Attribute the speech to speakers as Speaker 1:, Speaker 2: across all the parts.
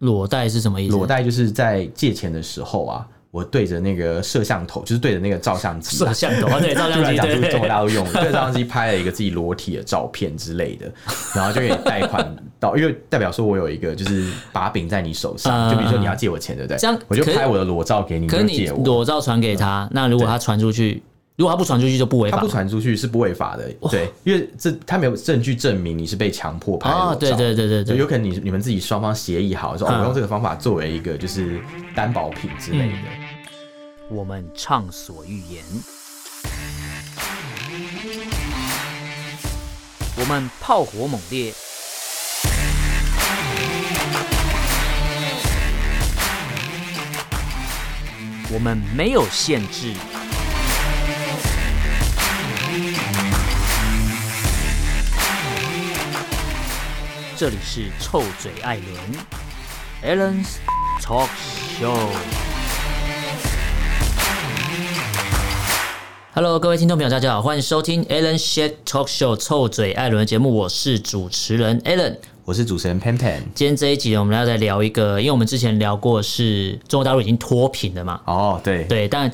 Speaker 1: 裸贷是什么意思？
Speaker 2: 裸贷就是在借钱的时候啊，我对着那个摄像头，就是对着那个照相机啊、
Speaker 1: 摄像头啊，对，照
Speaker 2: 突
Speaker 1: 相
Speaker 2: 然
Speaker 1: 机，
Speaker 2: 讲
Speaker 1: 对
Speaker 2: 出中国
Speaker 1: 对，
Speaker 2: 大陆 用语，对着照相机拍了一个自己裸体的照片之类的，然后就给你贷款到，因为代表说我有一个就是把柄在你手上，
Speaker 1: 嗯
Speaker 2: 就比如说你要借我钱，对不对？
Speaker 1: 这样
Speaker 2: 我就
Speaker 1: 可是
Speaker 2: 拍我的裸照给你，你
Speaker 1: 可
Speaker 2: 就是
Speaker 1: 你
Speaker 2: 借我。
Speaker 1: 裸照传给他，那如果他传出去，如果他不传出去就不违
Speaker 2: 他
Speaker 1: 法
Speaker 2: 不传出去是不违法的，对，因为这他没有证据证明你是被强迫拍裸
Speaker 1: 啊，
Speaker 2: 照，
Speaker 1: 对对对对
Speaker 2: 就
Speaker 1: 对，
Speaker 2: 有可能你你们自己双方协议好，说、哦
Speaker 1: 嗯
Speaker 2: 我用这个方法作为一个就是担保品之类的。
Speaker 1: 嗯我们畅所欲言，我们炮火猛烈，我们没有限制。这里是臭嘴艾伦 （Allen's Talk Show）。Hello，各位听众朋友，大家好，欢迎收听 Alan Shed Talk Show 臭嘴艾伦的节目，我是主持人 Alan。
Speaker 2: 我是主持人 Pan Pan，
Speaker 1: 今天这一集呢，我们要再聊一个，因为我们之前聊过是中国大陆已经脱贫了嘛，
Speaker 2: 哦，对，
Speaker 1: 对，但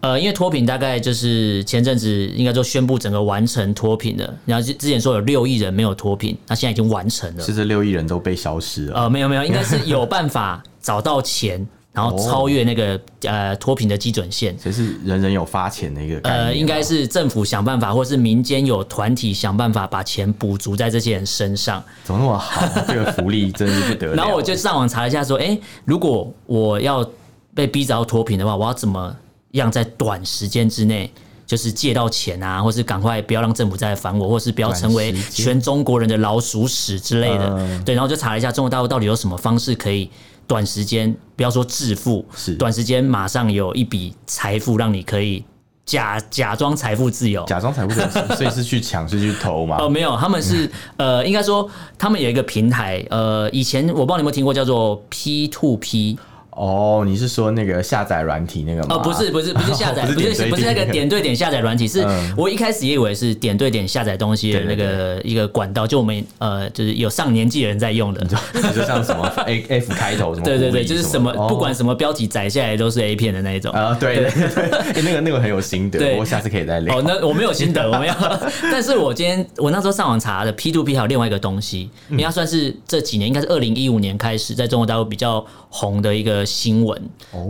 Speaker 1: 呃，因为脱贫大概就是前阵子应该说宣布整个完成脱贫了，然后之之前说有六亿人没有脱贫，那现在已经完成了
Speaker 2: 是，这六亿人都被消失了。
Speaker 1: 呃，没有没有，应该是有办法找到钱，然后
Speaker 2: 哦
Speaker 1: 超越那个、呃脱贫的基准线，
Speaker 2: 这是人人有发钱的一个概念哦吗、
Speaker 1: 呃，应该是政府想办法，或是民间有团体想办法把钱补足在这些人身上。
Speaker 2: 怎么那么好？啊 这个福利真是不得了。
Speaker 1: 然后我就上网查了一下，说，哎、如果我要被逼着要脱贫的话，我要怎么样在短时间之内？就是借到钱啊，或是赶快不要让政府再来烦我，或是不要成为
Speaker 2: 短时间
Speaker 1: 全中国人的老鼠屎之类的。
Speaker 2: 嗯
Speaker 1: 对，然后就查了一下中国大陆到底有什么方式可以短时间，不要说致富，
Speaker 2: 是
Speaker 1: 短时间马上有一笔财富让你可以假假装财富自由。
Speaker 2: 假装财务人士，所以是去抢，是去偷 吗？
Speaker 1: 哦，没有，他们是呃，应该说他们有一个平台，呃，以前我不知道你有没有听过，叫做 P to P，
Speaker 2: 哦，你是说那个下载软体那个吗？
Speaker 1: 哦，不是，不是不是下载，
Speaker 2: 不是
Speaker 1: 不
Speaker 2: 点对
Speaker 1: 是不是那
Speaker 2: 点
Speaker 1: 个点对点下载软体，是
Speaker 2: 嗯
Speaker 1: 我一开始也以为是点对点下载东西的那
Speaker 2: 对对
Speaker 1: 个一个管道，就我们呃就是有上年纪的人在用的
Speaker 2: 你，说 你说像什么 A F 开头什么？
Speaker 1: 对对对，就是什
Speaker 2: 什
Speaker 1: 么
Speaker 2: 哦
Speaker 1: 不管什么标题载下来都是 A 片的那一种。
Speaker 2: 啊，对对对， 欸那个那个很有心得，
Speaker 1: 对
Speaker 2: 我下次可以再聊
Speaker 1: 哦，。那我没有心得，我没有。 但是我今天我那时候上网查的 P to P 还有另外一个东西，应该算是这几年，应该是二零一五年开始在中国大陆比较红的一个新闻，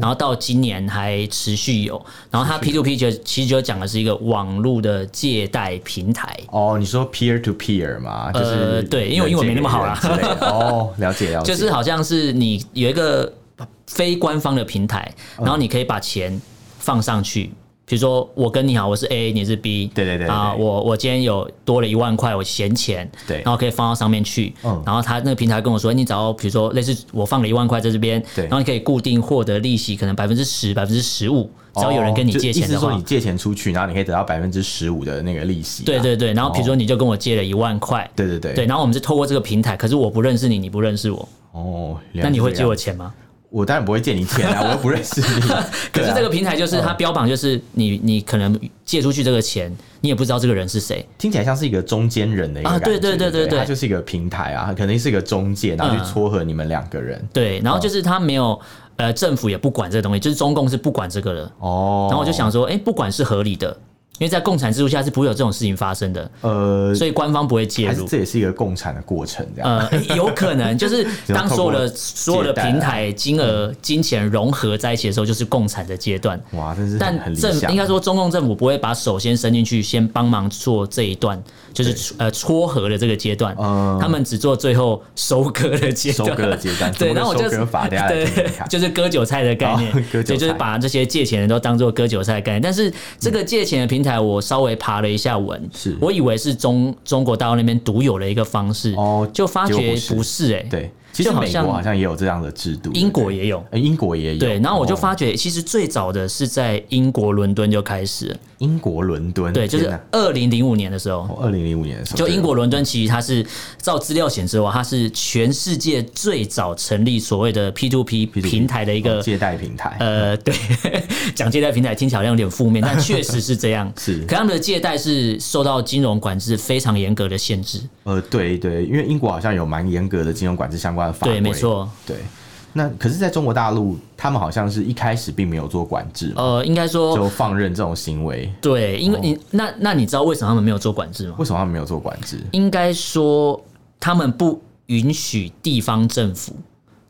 Speaker 1: 然后到今年还持续有。然后它 P to P 就其实就讲的是一个网络的借贷平台。
Speaker 2: 哦，你说 peer to peer 嘛，就是、
Speaker 1: 呃对因为我英文没那么好啦
Speaker 2: 之类的。哦，了解了 解，
Speaker 1: 就是好像是你有一个非官方的平台，
Speaker 2: 嗯
Speaker 1: 然后你可以把钱放上去。比如说，我跟你好，我是 A，你是 B，
Speaker 2: 对对对对
Speaker 1: 啊，我我今天有多了一万块，我闲钱，
Speaker 2: 对
Speaker 1: 然后可以放到上面去，
Speaker 2: 嗯
Speaker 1: 然后他那个平台跟我说，你只要比如说类似我放了一万块在这边，
Speaker 2: 对
Speaker 1: 然后你可以固定获得利息，可能百分之十、百分之十五，只要有人跟你
Speaker 2: 哦
Speaker 1: 借钱
Speaker 2: 就意思
Speaker 1: 的
Speaker 2: 是说
Speaker 1: 话
Speaker 2: 你，借钱出去，然后你可以得到百分之十五的那个利息啊。
Speaker 1: 对对对，然后比如说你就跟我借了一万块，
Speaker 2: 对对对
Speaker 1: 对，然后我们是透过这个平台，可是我不认识你，你不认识我，
Speaker 2: 哦，
Speaker 1: 那你会借
Speaker 2: 我？
Speaker 1: 我钱吗？
Speaker 2: 我当然不会借你钱 啊，我又不认识你。
Speaker 1: 可
Speaker 2: 对
Speaker 1: 是
Speaker 2: 啊
Speaker 1: 这个平台就是它标榜就是你你可能借出去这个钱，你也不知道这个人是谁，
Speaker 2: 听起来像是一个中间人的一个
Speaker 1: 啊
Speaker 2: 感
Speaker 1: 对
Speaker 2: 觉
Speaker 1: 对对
Speaker 2: 对
Speaker 1: 对
Speaker 2: 不
Speaker 1: 对
Speaker 2: 它就是一个平台啊，肯定是一个中介，然后去
Speaker 1: 嗯
Speaker 2: 撮合你们两个人。
Speaker 1: 对，然后就是他没有呃政府也不管这个东西，就是中共是不管这个的，
Speaker 2: 哦，
Speaker 1: 然后我就，想说，哎，不管是合理的，因为在共产制度下是不会有这种事情发生的，
Speaker 2: 呃，
Speaker 1: 所以官方不会介
Speaker 2: 还是
Speaker 1: 入。
Speaker 2: 这也是一个共产的过程，这样。
Speaker 1: 呃，诶有可能 就是当所有的所有的
Speaker 2: 啊
Speaker 1: 平台金额、
Speaker 2: 嗯
Speaker 1: 金钱融合在一起的时候，就是共产的阶段。
Speaker 2: 哇，真是
Speaker 1: 嗯
Speaker 2: 很很
Speaker 1: 但
Speaker 2: 理
Speaker 1: 政
Speaker 2: 想。啊
Speaker 1: 应该说，中共政府不会把手先伸进去，先帮忙做这一段，就是撮呃撮合的这个阶段，
Speaker 2: 嗯
Speaker 1: 他们只做最后收割的阶
Speaker 2: 收
Speaker 1: 段。
Speaker 2: 割的阶段，
Speaker 1: 对，
Speaker 2: 怎
Speaker 1: 然
Speaker 2: 么
Speaker 1: 后我
Speaker 2: 个
Speaker 1: 就
Speaker 2: 收割法，等一下来
Speaker 1: 对
Speaker 2: 听听看，。
Speaker 1: 就是割韭菜的概念
Speaker 2: 哦，割韭菜
Speaker 1: 对，就是把这些借钱人都当做割韭菜的概念。但是这个借钱的平台，我稍微爬了一下文，
Speaker 2: 嗯是
Speaker 1: 我以为是中中国大陆那边独有的一个方式，
Speaker 2: 哦
Speaker 1: 就发
Speaker 2: 结果
Speaker 1: 觉
Speaker 2: 不是
Speaker 1: 不是哎，
Speaker 2: 对，其实
Speaker 1: 就好
Speaker 2: 美
Speaker 1: 像
Speaker 2: 国好像也有这样的制度，
Speaker 1: 英国
Speaker 2: 对
Speaker 1: 也有。
Speaker 2: 不对，呃英国也有。
Speaker 1: 对，然后我就
Speaker 2: 哦
Speaker 1: 发觉，其实最早的是在英国伦敦就开始了，
Speaker 2: 英国伦敦，
Speaker 1: 对，就
Speaker 2: 嗯天
Speaker 1: 是
Speaker 2: 哪
Speaker 1: 二零零五年的时候，
Speaker 2: 哦，二零零五年的时候，
Speaker 1: 就英
Speaker 2: 国
Speaker 1: 国伦敦，其实它是照资料显示的话，它是全世界最早成立所谓的 P to P 平台的一个。
Speaker 2: 哦借嗯贷平台，
Speaker 1: 呃，对， 讲借贷平台听起来好像有点负面， 但确实是这样。
Speaker 2: 是
Speaker 1: 可他们的借贷是受到金融管制非常严格的限制。
Speaker 2: 呃，对对，因为英国好像有蛮严格的金融管制相关的法规，
Speaker 1: 对，没，错。
Speaker 2: 对。那可是在中国大陆，他们好像是一开始并没有做管制嘛，
Speaker 1: 呃，应该说
Speaker 2: 就哦放任这种行为。
Speaker 1: 对，因为你、那那你知道为什么他们没有做管制吗？
Speaker 2: 为什么他们没有做管制？
Speaker 1: 应该说他们不允许地方政府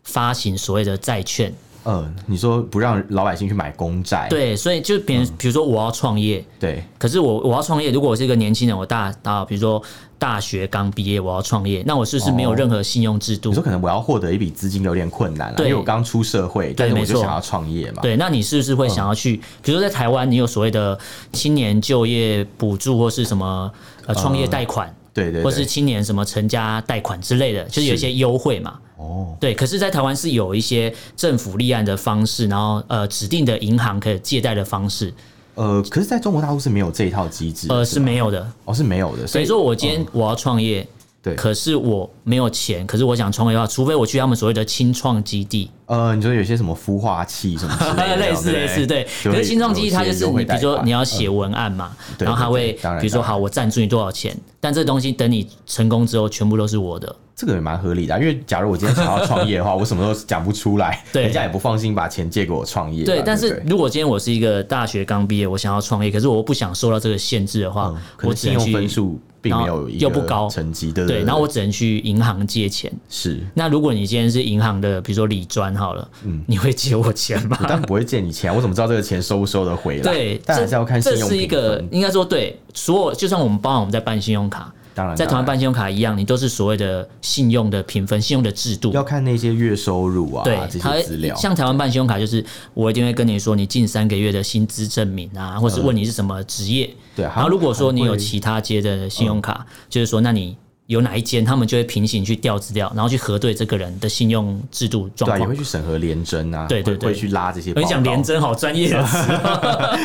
Speaker 1: 发行所谓的债券。
Speaker 2: 呃，你说不让老百姓去买公债，
Speaker 1: 对，所以就比
Speaker 2: 嗯
Speaker 1: 如比如说我要创业，
Speaker 2: 对
Speaker 1: 可是我我要创业，如果我是一个年轻人，我大啊，比如说大学刚毕业，我要创业，那我是不是没有任何信用制度？
Speaker 2: 哦你说可能我要获得一笔资金有点困难、啊，因
Speaker 1: 对
Speaker 2: 为我刚出社会，但是我
Speaker 1: 没
Speaker 2: 就
Speaker 1: 错
Speaker 2: 想要创业嘛。嗯
Speaker 1: 对，那你是不是会想要去？比如说在台湾，你有所谓的青年就业补助或是什么呃创业贷款，
Speaker 2: 对嗯对
Speaker 1: 或是
Speaker 2: 对，
Speaker 1: 青年什么成家贷款之类的，就是有一些优惠嘛。
Speaker 2: 哦，
Speaker 1: 对，可是，在台湾是有一些政府立案的方式，然后呃指定的银行可以借贷的方式，
Speaker 2: 呃，可是在中国大陆是没有这一套机制的，
Speaker 1: 呃是
Speaker 2: 吗
Speaker 1: 没有的。
Speaker 2: 哦是没有的，
Speaker 1: 所
Speaker 2: 所
Speaker 1: 以
Speaker 2: 以嗯
Speaker 1: 说我今天我要创业，
Speaker 2: 对，
Speaker 1: 可是我没有钱，可是我想创业的话，除非我去他们所谓的清创基地，
Speaker 2: 呃，你说有些什么孵化器什么之类的，
Speaker 1: 类似
Speaker 2: 对不
Speaker 1: 类似，对。
Speaker 2: 就
Speaker 1: 可
Speaker 2: 会
Speaker 1: 是新创基地它就
Speaker 2: 有一些
Speaker 1: 是
Speaker 2: 优惠
Speaker 1: 你，比如
Speaker 2: 贷
Speaker 1: 说
Speaker 2: 款嗯
Speaker 1: 你要写文案嘛，
Speaker 2: 对
Speaker 1: 然后它
Speaker 2: 对对
Speaker 1: 会
Speaker 2: 当然
Speaker 1: 比如说
Speaker 2: 当然
Speaker 1: 好，我赞助你多少钱，但这东西等你成功之后，全部都是我的。
Speaker 2: 这个也蛮合理的啊、因为假如我今天想要创业的 话，我什么都讲不出来，
Speaker 1: 对
Speaker 2: 人家也不放心把钱借给我创业吧。啊
Speaker 1: 对，但
Speaker 2: 不
Speaker 1: 是如果今天我是一个大学刚毕业，我想要创业，可是我不想受到这个限制的话，
Speaker 2: 嗯
Speaker 1: 嗯我
Speaker 2: 可能
Speaker 1: 只
Speaker 2: 信
Speaker 1: 能
Speaker 2: 用
Speaker 1: 去
Speaker 2: 分数并没有一个
Speaker 1: 又不高
Speaker 2: 成绩，对不
Speaker 1: 对，然后我只能去银行借钱。
Speaker 2: 是。
Speaker 1: 那如果你今天是银行的，比如说理专好了，
Speaker 2: 嗯
Speaker 1: 你会借我钱吗？
Speaker 2: 但不会借你钱，我怎么知道这个钱收不收得回来？
Speaker 1: 对，
Speaker 2: 但还是要看信
Speaker 1: 这
Speaker 2: 用
Speaker 1: 是一
Speaker 2: 评分
Speaker 1: 个应该说对，所有就算我们包含我们在办信用卡，
Speaker 2: 当然
Speaker 1: 在台
Speaker 2: 当
Speaker 1: 湾
Speaker 2: 然
Speaker 1: 办信用卡一样，你都是所谓的信用的评分、信用的制度。
Speaker 2: 要看那些月收入啊，
Speaker 1: 对，
Speaker 2: 这
Speaker 1: 它
Speaker 2: 些
Speaker 1: 会
Speaker 2: 资料。
Speaker 1: 像台湾办信用卡，就是我一定会跟你说你近三个月的薪资证明啊，或是
Speaker 2: 嗯
Speaker 1: 问你是什么职业。
Speaker 2: 对
Speaker 1: 然
Speaker 2: 还
Speaker 1: 后
Speaker 2: 会
Speaker 1: 如果说你
Speaker 2: 还
Speaker 1: 有
Speaker 2: 会
Speaker 1: 其他接的信用卡，就是说那你。有哪一间，他们就会平行去调资料，然后去核对这个人的信用制度状
Speaker 2: 对啊，也
Speaker 1: 况
Speaker 2: 会。去审核联征啊，
Speaker 1: 对对
Speaker 2: 会
Speaker 1: 对
Speaker 2: 会去拉这些报
Speaker 1: 我
Speaker 2: 告。啊
Speaker 1: 跟你讲联征好专业的词，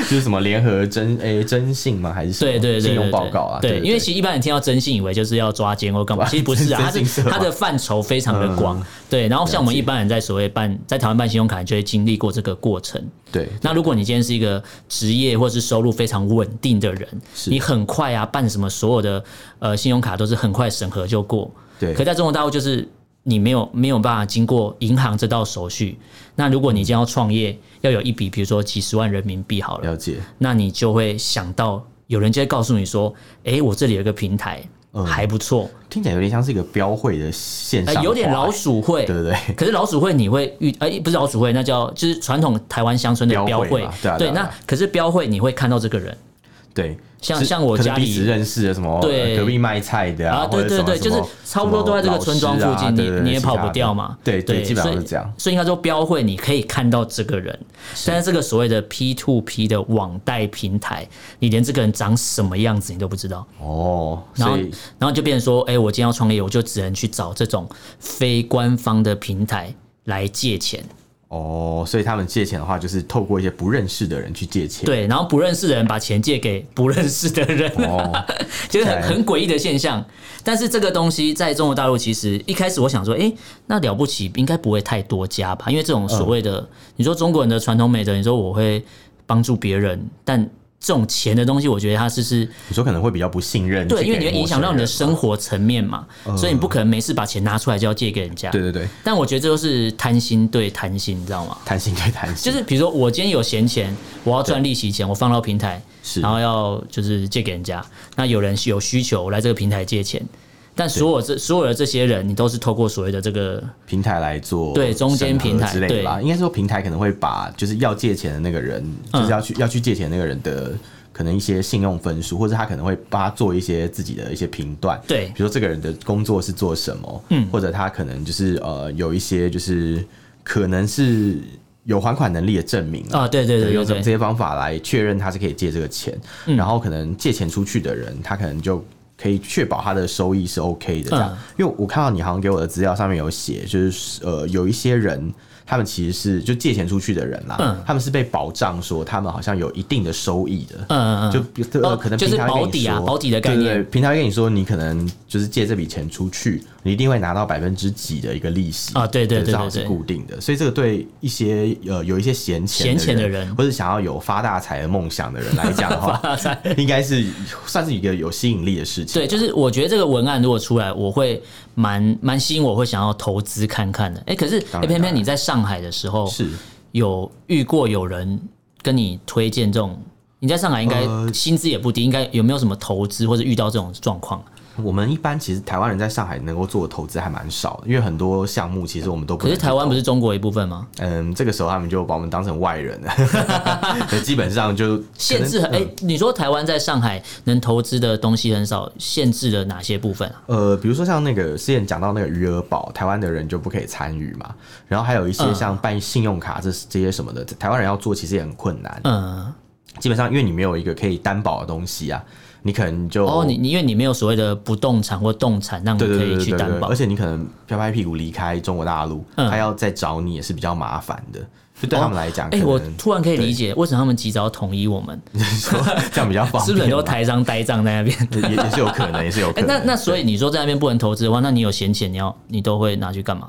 Speaker 2: 就是什么联合征诶征信吗？还是什么
Speaker 1: 对对对对对，
Speaker 2: 信用报告啊？
Speaker 1: 对，
Speaker 2: 对，
Speaker 1: 因为其实一般人听到征信以为就是要抓奸或干嘛，其实不是啊，它
Speaker 2: 征信
Speaker 1: 是
Speaker 2: 是吗
Speaker 1: 它的范畴非常的广。对，然后像我们一般人在所谓办在台湾办信用卡，你就会经历过这个过程。
Speaker 2: 对对
Speaker 1: 那如果你今天是一个职业或是收入非常稳定的人，
Speaker 2: 是
Speaker 1: 你很快啊办什么所有的呃信用卡都是很快审核就过。
Speaker 2: 对
Speaker 1: 可在中国大陆就是你没有没有办法经过银行这道手续。那如果你今天要创业，要有一笔比如说几十万人民币好了，
Speaker 2: 了解。
Speaker 1: 那你就会想到有人就会告诉你说：“诶，我这里有一个平台、
Speaker 2: 嗯
Speaker 1: 还不错，
Speaker 2: 听起来有点像是一个标会的线
Speaker 1: 呃
Speaker 2: 上，
Speaker 1: 有点老，鼠会，
Speaker 2: 对不 对？
Speaker 1: 可是老鼠会你会遇，哎、不是老鼠会，那叫就是传统台湾乡村的
Speaker 2: 标
Speaker 1: 标
Speaker 2: 会
Speaker 1: 会
Speaker 2: 嘛，对啊对啊对
Speaker 1: 那
Speaker 2: 啊
Speaker 1: 可是标会你会看到这个人，
Speaker 2: 对，
Speaker 1: 像
Speaker 2: 是
Speaker 1: 像我
Speaker 2: 可能
Speaker 1: 家
Speaker 2: 彼
Speaker 1: 里
Speaker 2: 此认识的什么
Speaker 1: 对
Speaker 2: 呃隔壁卖菜的
Speaker 1: 啊，对
Speaker 2: 或者
Speaker 1: 对
Speaker 2: 什么
Speaker 1: 对，
Speaker 2: 什
Speaker 1: 就
Speaker 2: 么
Speaker 1: 是差不多都在这个村庄附
Speaker 2: 什么老师啊
Speaker 1: 近，
Speaker 2: 对对对
Speaker 1: 你你也
Speaker 2: 其他
Speaker 1: 跑
Speaker 2: 的
Speaker 1: 不掉嘛。
Speaker 2: 对
Speaker 1: 对，
Speaker 2: 基本上
Speaker 1: 所以
Speaker 2: 是这样。
Speaker 1: 所以应该说标会你可以看到这个人，但是这个所谓的 P to P 的网贷平台，你连这个人长什么样子你都不知道。
Speaker 2: 哦，
Speaker 1: 然后
Speaker 2: 所以，
Speaker 1: 然后就变成说，哎、我今天要创业，我就只能去找这种非官方的平台来借钱。
Speaker 2: 哦，所以他们借钱的话，就是透过一些不认识的人去借钱。
Speaker 1: 对，然后不认识的人把钱借给不认识的人，
Speaker 2: 哦，
Speaker 1: 就是很
Speaker 2: 对
Speaker 1: 很诡异的现象。但是这个东西在中国大陆，其实一开始我想说，哎、那了不起，应该不会太多家吧？因为这种所谓
Speaker 2: 嗯
Speaker 1: 的，你说中国人的传统美德，你说我会帮助别人，但这种钱的东西，我觉得它是是
Speaker 2: 你说可能会比较不信任，
Speaker 1: 对，
Speaker 2: 去
Speaker 1: 因为你
Speaker 2: 给
Speaker 1: 会影响
Speaker 2: 陌
Speaker 1: 到
Speaker 2: 生
Speaker 1: 你的
Speaker 2: 人嘛嗯
Speaker 1: 生活层面嘛，所以你不可能没事把钱拿出来就要借给人家。
Speaker 2: 对对对，
Speaker 1: 但我觉得这就是贪心对贪心，你知道吗？
Speaker 2: 贪心对贪
Speaker 1: 就
Speaker 2: 心，
Speaker 1: 是比如说，我今天有闲钱，我要赚利息钱，我放到平台，
Speaker 2: 是
Speaker 1: 然后要就是借给人家。那有人有需求，我来这个平台借钱。但所有这所有的这些人，你都是透过所谓的这个
Speaker 2: 平台来做
Speaker 1: 对中间
Speaker 2: 审核
Speaker 1: 平台
Speaker 2: 之类的吧。应该说平台可能会把就是要借钱的那个人，
Speaker 1: 嗯
Speaker 2: 就是要去要去借钱的那个人的。可能一些信用分数，或者他可能会帮他做一些自己的一些评断，
Speaker 1: 对
Speaker 2: 比如说这个人的工作是做什么，嗯，或者他可能就是呃有一些就是可能是有还款能力的证明
Speaker 1: 啊，对对嗯
Speaker 2: 对，
Speaker 1: 对
Speaker 2: 用这
Speaker 1: 对
Speaker 2: 这
Speaker 1: 对，
Speaker 2: 些方法来确认他是可以借这个钱，然后可能借钱出去的人，他可能就可以确保他的收益是 OK 的这样。
Speaker 1: 嗯
Speaker 2: 因为我看到你好像给我的资料上面有写，就是呃有一些人。他们其实是就借钱出去的人啦，
Speaker 1: 嗯
Speaker 2: 他们是被保障说他们好像有一定的收益的，
Speaker 1: 嗯嗯嗯，
Speaker 2: 就、呃
Speaker 1: 哦
Speaker 2: 可能
Speaker 1: 就是
Speaker 2: 平台会跟你
Speaker 1: 保底啊
Speaker 2: 说
Speaker 1: 保底的概念
Speaker 2: 对对对平台会跟你说你可能就是借这笔钱出去，你一定会拿到百分之几的一个利息
Speaker 1: 啊对对对
Speaker 2: 这好像
Speaker 1: 对对
Speaker 2: 是固定的。所以这个对一些呃有一些闲
Speaker 1: 闲
Speaker 2: 钱
Speaker 1: 钱的人
Speaker 2: 或者想要有发大财的梦想的人来讲 的话，应该是算是一个有吸引力的事情。
Speaker 1: 对，就是我觉得这个文案如果出来，我会蛮蛮吸引我，会想要投资看看的。哎、可是哎、
Speaker 2: 当然
Speaker 1: 偏
Speaker 2: 当
Speaker 1: 偏
Speaker 2: 然
Speaker 1: 你在上海的时候，
Speaker 2: 是
Speaker 1: 有遇过有人跟你推荐这种？你在上海应该
Speaker 2: 呃
Speaker 1: 薪资也不低，应该有没有什么投资或者遇到这种状况？
Speaker 2: 我们一般其实台湾人在上海能够做的投资还蛮少的，因为很多项目其实我们都不
Speaker 1: 可
Speaker 2: 能
Speaker 1: 是台湾
Speaker 2: 去投
Speaker 1: 不是中国一部分吗？
Speaker 2: 嗯，这个时候他们就把我们当成外人了， 所以基本上就
Speaker 1: 限制很
Speaker 2: 可
Speaker 1: 哎、
Speaker 2: 能
Speaker 1: 你说台湾在上海能投资的东西很少，限制了哪些部分啊？
Speaker 2: 呃，比如说像那个之前讲到那个余额宝，台湾的人就不可以参与嘛。然后还有一些
Speaker 1: 嗯
Speaker 2: 像办信用卡这这些什么的，台湾人要做其实也很困难。
Speaker 1: 嗯，
Speaker 2: 基本上因为你没有一个可以担保的东西啊，你可能就
Speaker 1: 哦，你你因为你没有所谓的不动产或动产，让你
Speaker 2: 对对
Speaker 1: 可
Speaker 2: 对
Speaker 1: 以
Speaker 2: 对
Speaker 1: 去
Speaker 2: 对
Speaker 1: 担
Speaker 2: 对，
Speaker 1: 保
Speaker 2: 而。且你可能拍拍屁股离开中国大陆，
Speaker 1: 嗯
Speaker 2: 他要再找你也是比较麻烦的，就对他们来讲，可
Speaker 1: 哎、我
Speaker 2: 能
Speaker 1: 突然可以理解为什么他们及早统一我们，
Speaker 2: 这样比较方便嘛，
Speaker 1: 是不是很多台商呆账在那边？
Speaker 2: 也也是有可能，也是有可
Speaker 1: 哎、
Speaker 2: 能。
Speaker 1: 那那所
Speaker 2: 对
Speaker 1: 以你说在那边不能投资的话，那你有闲钱，你要你都会拿去干嘛？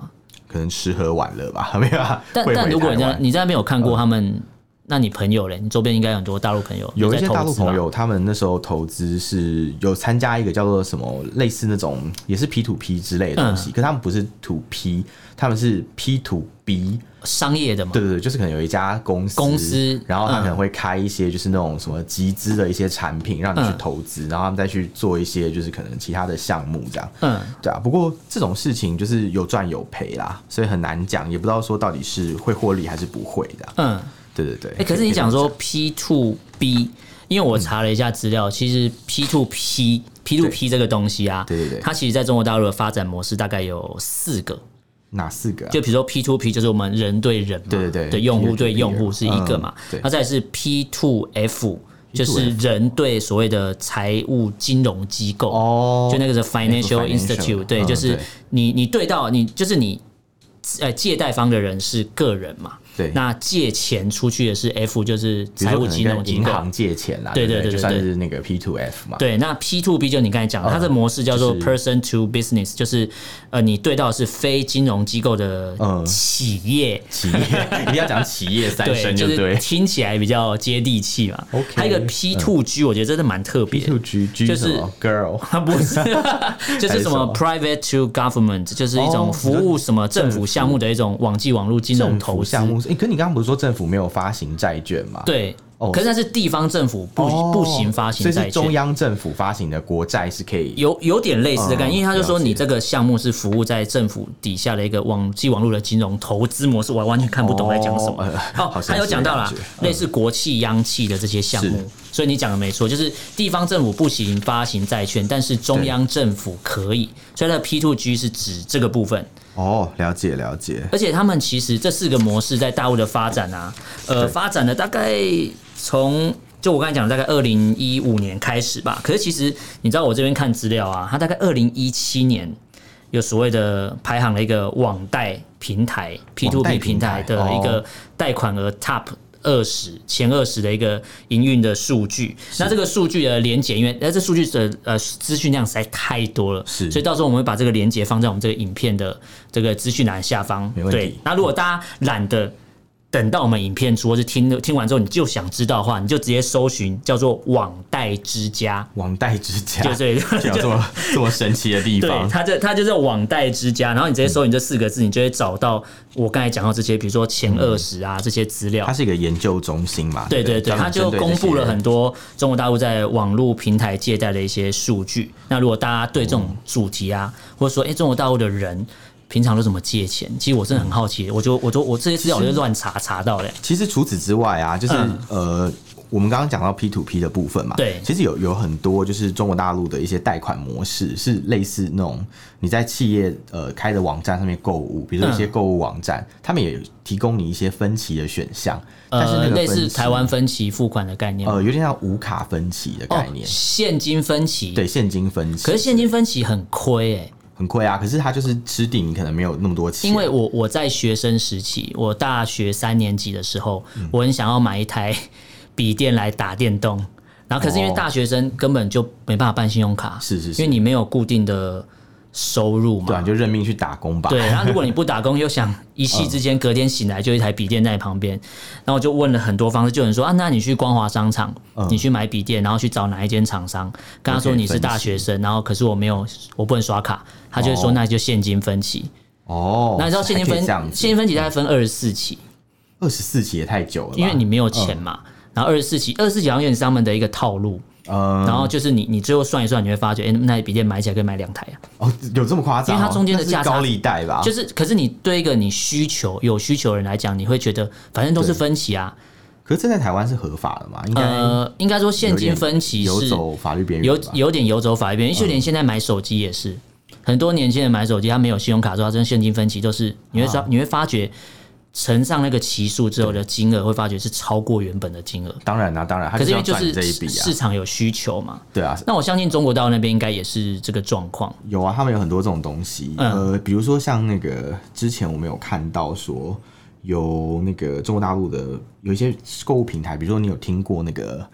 Speaker 2: 可能吃喝玩乐吧，没有啊。
Speaker 1: 但
Speaker 2: 会回
Speaker 1: 但如果
Speaker 2: 台
Speaker 1: 你在
Speaker 2: 湾
Speaker 1: 你在那边有看过他们，那你朋友嘞？你周边应该有很多大陆朋友
Speaker 2: 有一
Speaker 1: 在
Speaker 2: 些
Speaker 1: 投
Speaker 2: 大陆
Speaker 1: 资吧啊
Speaker 2: 朋友，他们那时候投资是有参加一个叫做什么类似那种也是 P to P 之类的东
Speaker 1: 嗯
Speaker 2: 西，可他们不是 to P，他们是 P to B。
Speaker 1: 商业的嘛，
Speaker 2: 对对对，就是可能有一家公司，
Speaker 1: 公司
Speaker 2: 然后
Speaker 1: 嗯
Speaker 2: 他可能会开一些就是那种什么集资的一些产品让你去
Speaker 1: 嗯
Speaker 2: 投资，然后他们再去做一些就是可能其他的项目这样。
Speaker 1: 嗯，
Speaker 2: 对啊，不过这种事情就是有赚有赔啦，所以很难讲，也不知道说到底是会获利还是不会的。啊
Speaker 1: 嗯。
Speaker 2: 对对对。
Speaker 1: 哎、可是你讲说 P to B，因为我查了一下资料，其实 P to P P to P 这个东西啊，
Speaker 2: 对对对
Speaker 1: 它其实在中国大陆的发展模式大概有四个，
Speaker 2: 哪四个啊、
Speaker 1: 就比如说 P to P 就是我们人对人嘛，
Speaker 2: 对对对
Speaker 1: 对用户
Speaker 2: P2P
Speaker 1: 对用户是一个嘛
Speaker 2: 嗯，对
Speaker 1: 那再来是 P to F，就是人对所谓的财务金融机构
Speaker 2: 哦
Speaker 1: 就那个是 financial
Speaker 2: financial
Speaker 1: institute，对，
Speaker 2: 嗯
Speaker 1: 就是
Speaker 2: 对
Speaker 1: 你你对到你就是你。呃，借贷方的人是个人嘛？
Speaker 2: 对
Speaker 1: 那借钱出去的是 F，就是
Speaker 2: 比
Speaker 1: 财
Speaker 2: 如说
Speaker 1: 务
Speaker 2: 可
Speaker 1: 金
Speaker 2: 能
Speaker 1: 融
Speaker 2: 跟
Speaker 1: 机
Speaker 2: 银
Speaker 1: 构。
Speaker 2: 行借钱啦，
Speaker 1: 对
Speaker 2: 对
Speaker 1: 对
Speaker 2: 不
Speaker 1: 对
Speaker 2: 就
Speaker 1: 对
Speaker 2: 算
Speaker 1: 对
Speaker 2: 是那个 P to F 嘛。
Speaker 1: 对，那 P to B 就你刚才讲，它的模式叫做
Speaker 2: 哦就是
Speaker 1: person to business，就是呃，你对到的是非金融机构的
Speaker 2: 嗯
Speaker 1: 企业，
Speaker 2: 企业 一定要讲企业三
Speaker 1: 对，
Speaker 2: 声
Speaker 1: 就
Speaker 2: 就是对。
Speaker 1: 听起来比较接地气嘛。
Speaker 2: OK，嗯
Speaker 1: 还有一个 P to G，我觉得真的蛮特别
Speaker 2: P
Speaker 1: 的。
Speaker 2: to G G
Speaker 1: 就是
Speaker 2: 什么 girl
Speaker 1: 它不是， 就是什
Speaker 2: 是什
Speaker 1: 么
Speaker 2: 么
Speaker 1: private to government，就是一种
Speaker 2: 哦
Speaker 1: 服务什么政府项目的一种网际网络金融
Speaker 2: 政
Speaker 1: 投
Speaker 2: 府
Speaker 1: 资
Speaker 2: 项。目？哎，可你刚刚不是说政府没有发行债券吗？
Speaker 1: 对，
Speaker 2: 哦
Speaker 1: 可是它是地方政府不
Speaker 2: 哦，
Speaker 1: 不行发行
Speaker 2: 所以
Speaker 1: 债
Speaker 2: 是中
Speaker 1: 券。
Speaker 2: 央政府发行的国债是可以。
Speaker 1: 有有点类似的概念，
Speaker 2: 哦
Speaker 1: 因为他就说
Speaker 2: 了解
Speaker 1: 你这个项目是服务在政府底下的一个网际网络的金融投资模式，我完全看不懂在讲什么
Speaker 2: 哦呃。
Speaker 1: 哦
Speaker 2: 好，
Speaker 1: 他
Speaker 2: 神奇
Speaker 1: 有讲到啦
Speaker 2: 的感，
Speaker 1: 类似国企、央企的这些项目
Speaker 2: 嗯是，
Speaker 1: 所以你讲的没错，就是地方政府不行发行债券，但是中央政府可以，所以它的 P to G 是指这个部分。
Speaker 2: 哦，了解了解。
Speaker 1: 而且他们其实这四个模式在大陆的发展啊，呃，
Speaker 2: 对
Speaker 1: 发展了大概从就我刚才讲，的大概二零一五年开始吧。可是其实你知道我这边看资料啊，它大概二零一七年有所谓的排行了一个网贷平台 P to
Speaker 2: 网
Speaker 1: P
Speaker 2: 贷
Speaker 1: 平
Speaker 2: 平
Speaker 1: 台
Speaker 2: 台哦
Speaker 1: 的一个贷款额 Top。二十前二十的一个营运的数据，那这个数据的连结，因为那这数据的呃资讯量实在太多了，
Speaker 2: 是
Speaker 1: 所以所以到时候我们会把这个连接放在我们这个影片的这个资讯栏下方。
Speaker 2: 没问题
Speaker 1: 对，那如果大家懒得等到我们影片出，或是听听完之后你就想知道的话，你就直接搜寻叫做“网贷之 家
Speaker 2: 网贷之”，家
Speaker 1: 就这
Speaker 2: 就 有这么这么神奇的地
Speaker 1: 对，
Speaker 2: 方。
Speaker 1: 它这它就是网贷之家，然后你直接搜你这四个字，你就会找到我刚才讲到这些，比如说前二十啊、这些资料
Speaker 2: 它。是一个研究中心嘛？
Speaker 1: 对
Speaker 2: 不
Speaker 1: 对对，
Speaker 2: 专门
Speaker 1: 它就
Speaker 2: 针对这
Speaker 1: 公布了
Speaker 2: 些
Speaker 1: 很多中国大陆在网络平台借贷的一些数据。那如果大家对这种主题啊，或者说哎、诶中国大陆的人平常都怎么借钱，其实我真的很好奇，我就我就我这些资料我就乱查查到的。
Speaker 2: 其实除此之外啊，就是、
Speaker 1: 嗯
Speaker 2: 呃，我们刚刚讲到 P to P 的部分嘛，
Speaker 1: 对
Speaker 2: 其实有有很多就是中国大陆的一些贷款模式是类似那种你在企业呃开的网站上面购物，比如说一些
Speaker 1: 嗯
Speaker 2: 购物网站，他们也提供你一些分期的选项，但是那
Speaker 1: 呃，
Speaker 2: 个
Speaker 1: 类
Speaker 2: 分
Speaker 1: 似
Speaker 2: 期
Speaker 1: 台湾分期付款的概念吗，
Speaker 2: 呃有点像无卡分期的概念，
Speaker 1: 哦，现金分期。
Speaker 2: 对，现金分期，
Speaker 1: 可是现金分期很亏哎、诶
Speaker 2: 很亏啊，可是它就是吃定你可能没有那么多钱，
Speaker 1: 因为我我在学生时期，我大学三年级的时候，
Speaker 2: 嗯
Speaker 1: 我很想要买一台笔电来打电动，然后可是因为
Speaker 2: 哦
Speaker 1: 大学生根本就没办法办信用卡，
Speaker 2: 是是是
Speaker 1: 因为你没有固定的。收入
Speaker 2: 对啊，
Speaker 1: 嘛
Speaker 2: 你。就认命去打工吧。
Speaker 1: 对，然后如果你不打工，又想一夕之间隔天醒来就一台笔电在你旁边，然后我就问了很多方式，就有人说啊，那你去光华商场，
Speaker 2: 嗯
Speaker 1: 你去买笔电，然后去找哪一间厂商，跟他说你是大学生，然后可是我没有，我不能刷卡，他就会说
Speaker 2: 哦
Speaker 1: 那就现金分期。
Speaker 2: 哦，
Speaker 1: 那你知道现金分
Speaker 2: 还可以这样
Speaker 1: 现
Speaker 2: 子，
Speaker 1: 金分期大概分二十四期，
Speaker 2: 二十四期也太久了吧，嗯
Speaker 1: 因为你没有钱嘛。然后二十四期，二十四期好像有点是他们的一个套路。
Speaker 2: 呃，
Speaker 1: 然后就是你，你最后算一算，你会发觉，哎、那笔电买起来可以买两台啊。
Speaker 2: 哦，有这么夸张哦？
Speaker 1: 因为它中间的
Speaker 2: 那是
Speaker 1: 价差
Speaker 2: 高利贷吧，
Speaker 1: 就是，可是你对一个你需求有需求的人来讲，你会觉得反正都是
Speaker 2: 对
Speaker 1: 分歧啊。
Speaker 2: 可是这在台湾是合法的嘛？应该
Speaker 1: 呃，应该说现金分歧
Speaker 2: 游
Speaker 1: 是
Speaker 2: 走法律边
Speaker 1: 有
Speaker 2: 缘吧，嗯
Speaker 1: 有点游走法律边，因为就连现在买手机也是，很多年轻人买手机，他没有信用卡之后，他真的现金分期都是，你会
Speaker 2: 啊
Speaker 1: 发、你会发觉乘上那个期数之后的金额，会发觉是超过原本的金额。
Speaker 2: 当然啦、啊当然，他
Speaker 1: 可是因
Speaker 2: 要
Speaker 1: 为就
Speaker 2: 赚
Speaker 1: 是
Speaker 2: 这一笔啊
Speaker 1: 市，场有需求嘛，
Speaker 2: 对啊，
Speaker 1: 那我相信中国大陆那边应该也是这个状况。
Speaker 2: 有啊，他们有很多这种东西，
Speaker 1: 嗯
Speaker 2: 呃，比如说像那个之前我们有看到说有那个中国大陆的有一些购物平台，比如说你有听过那个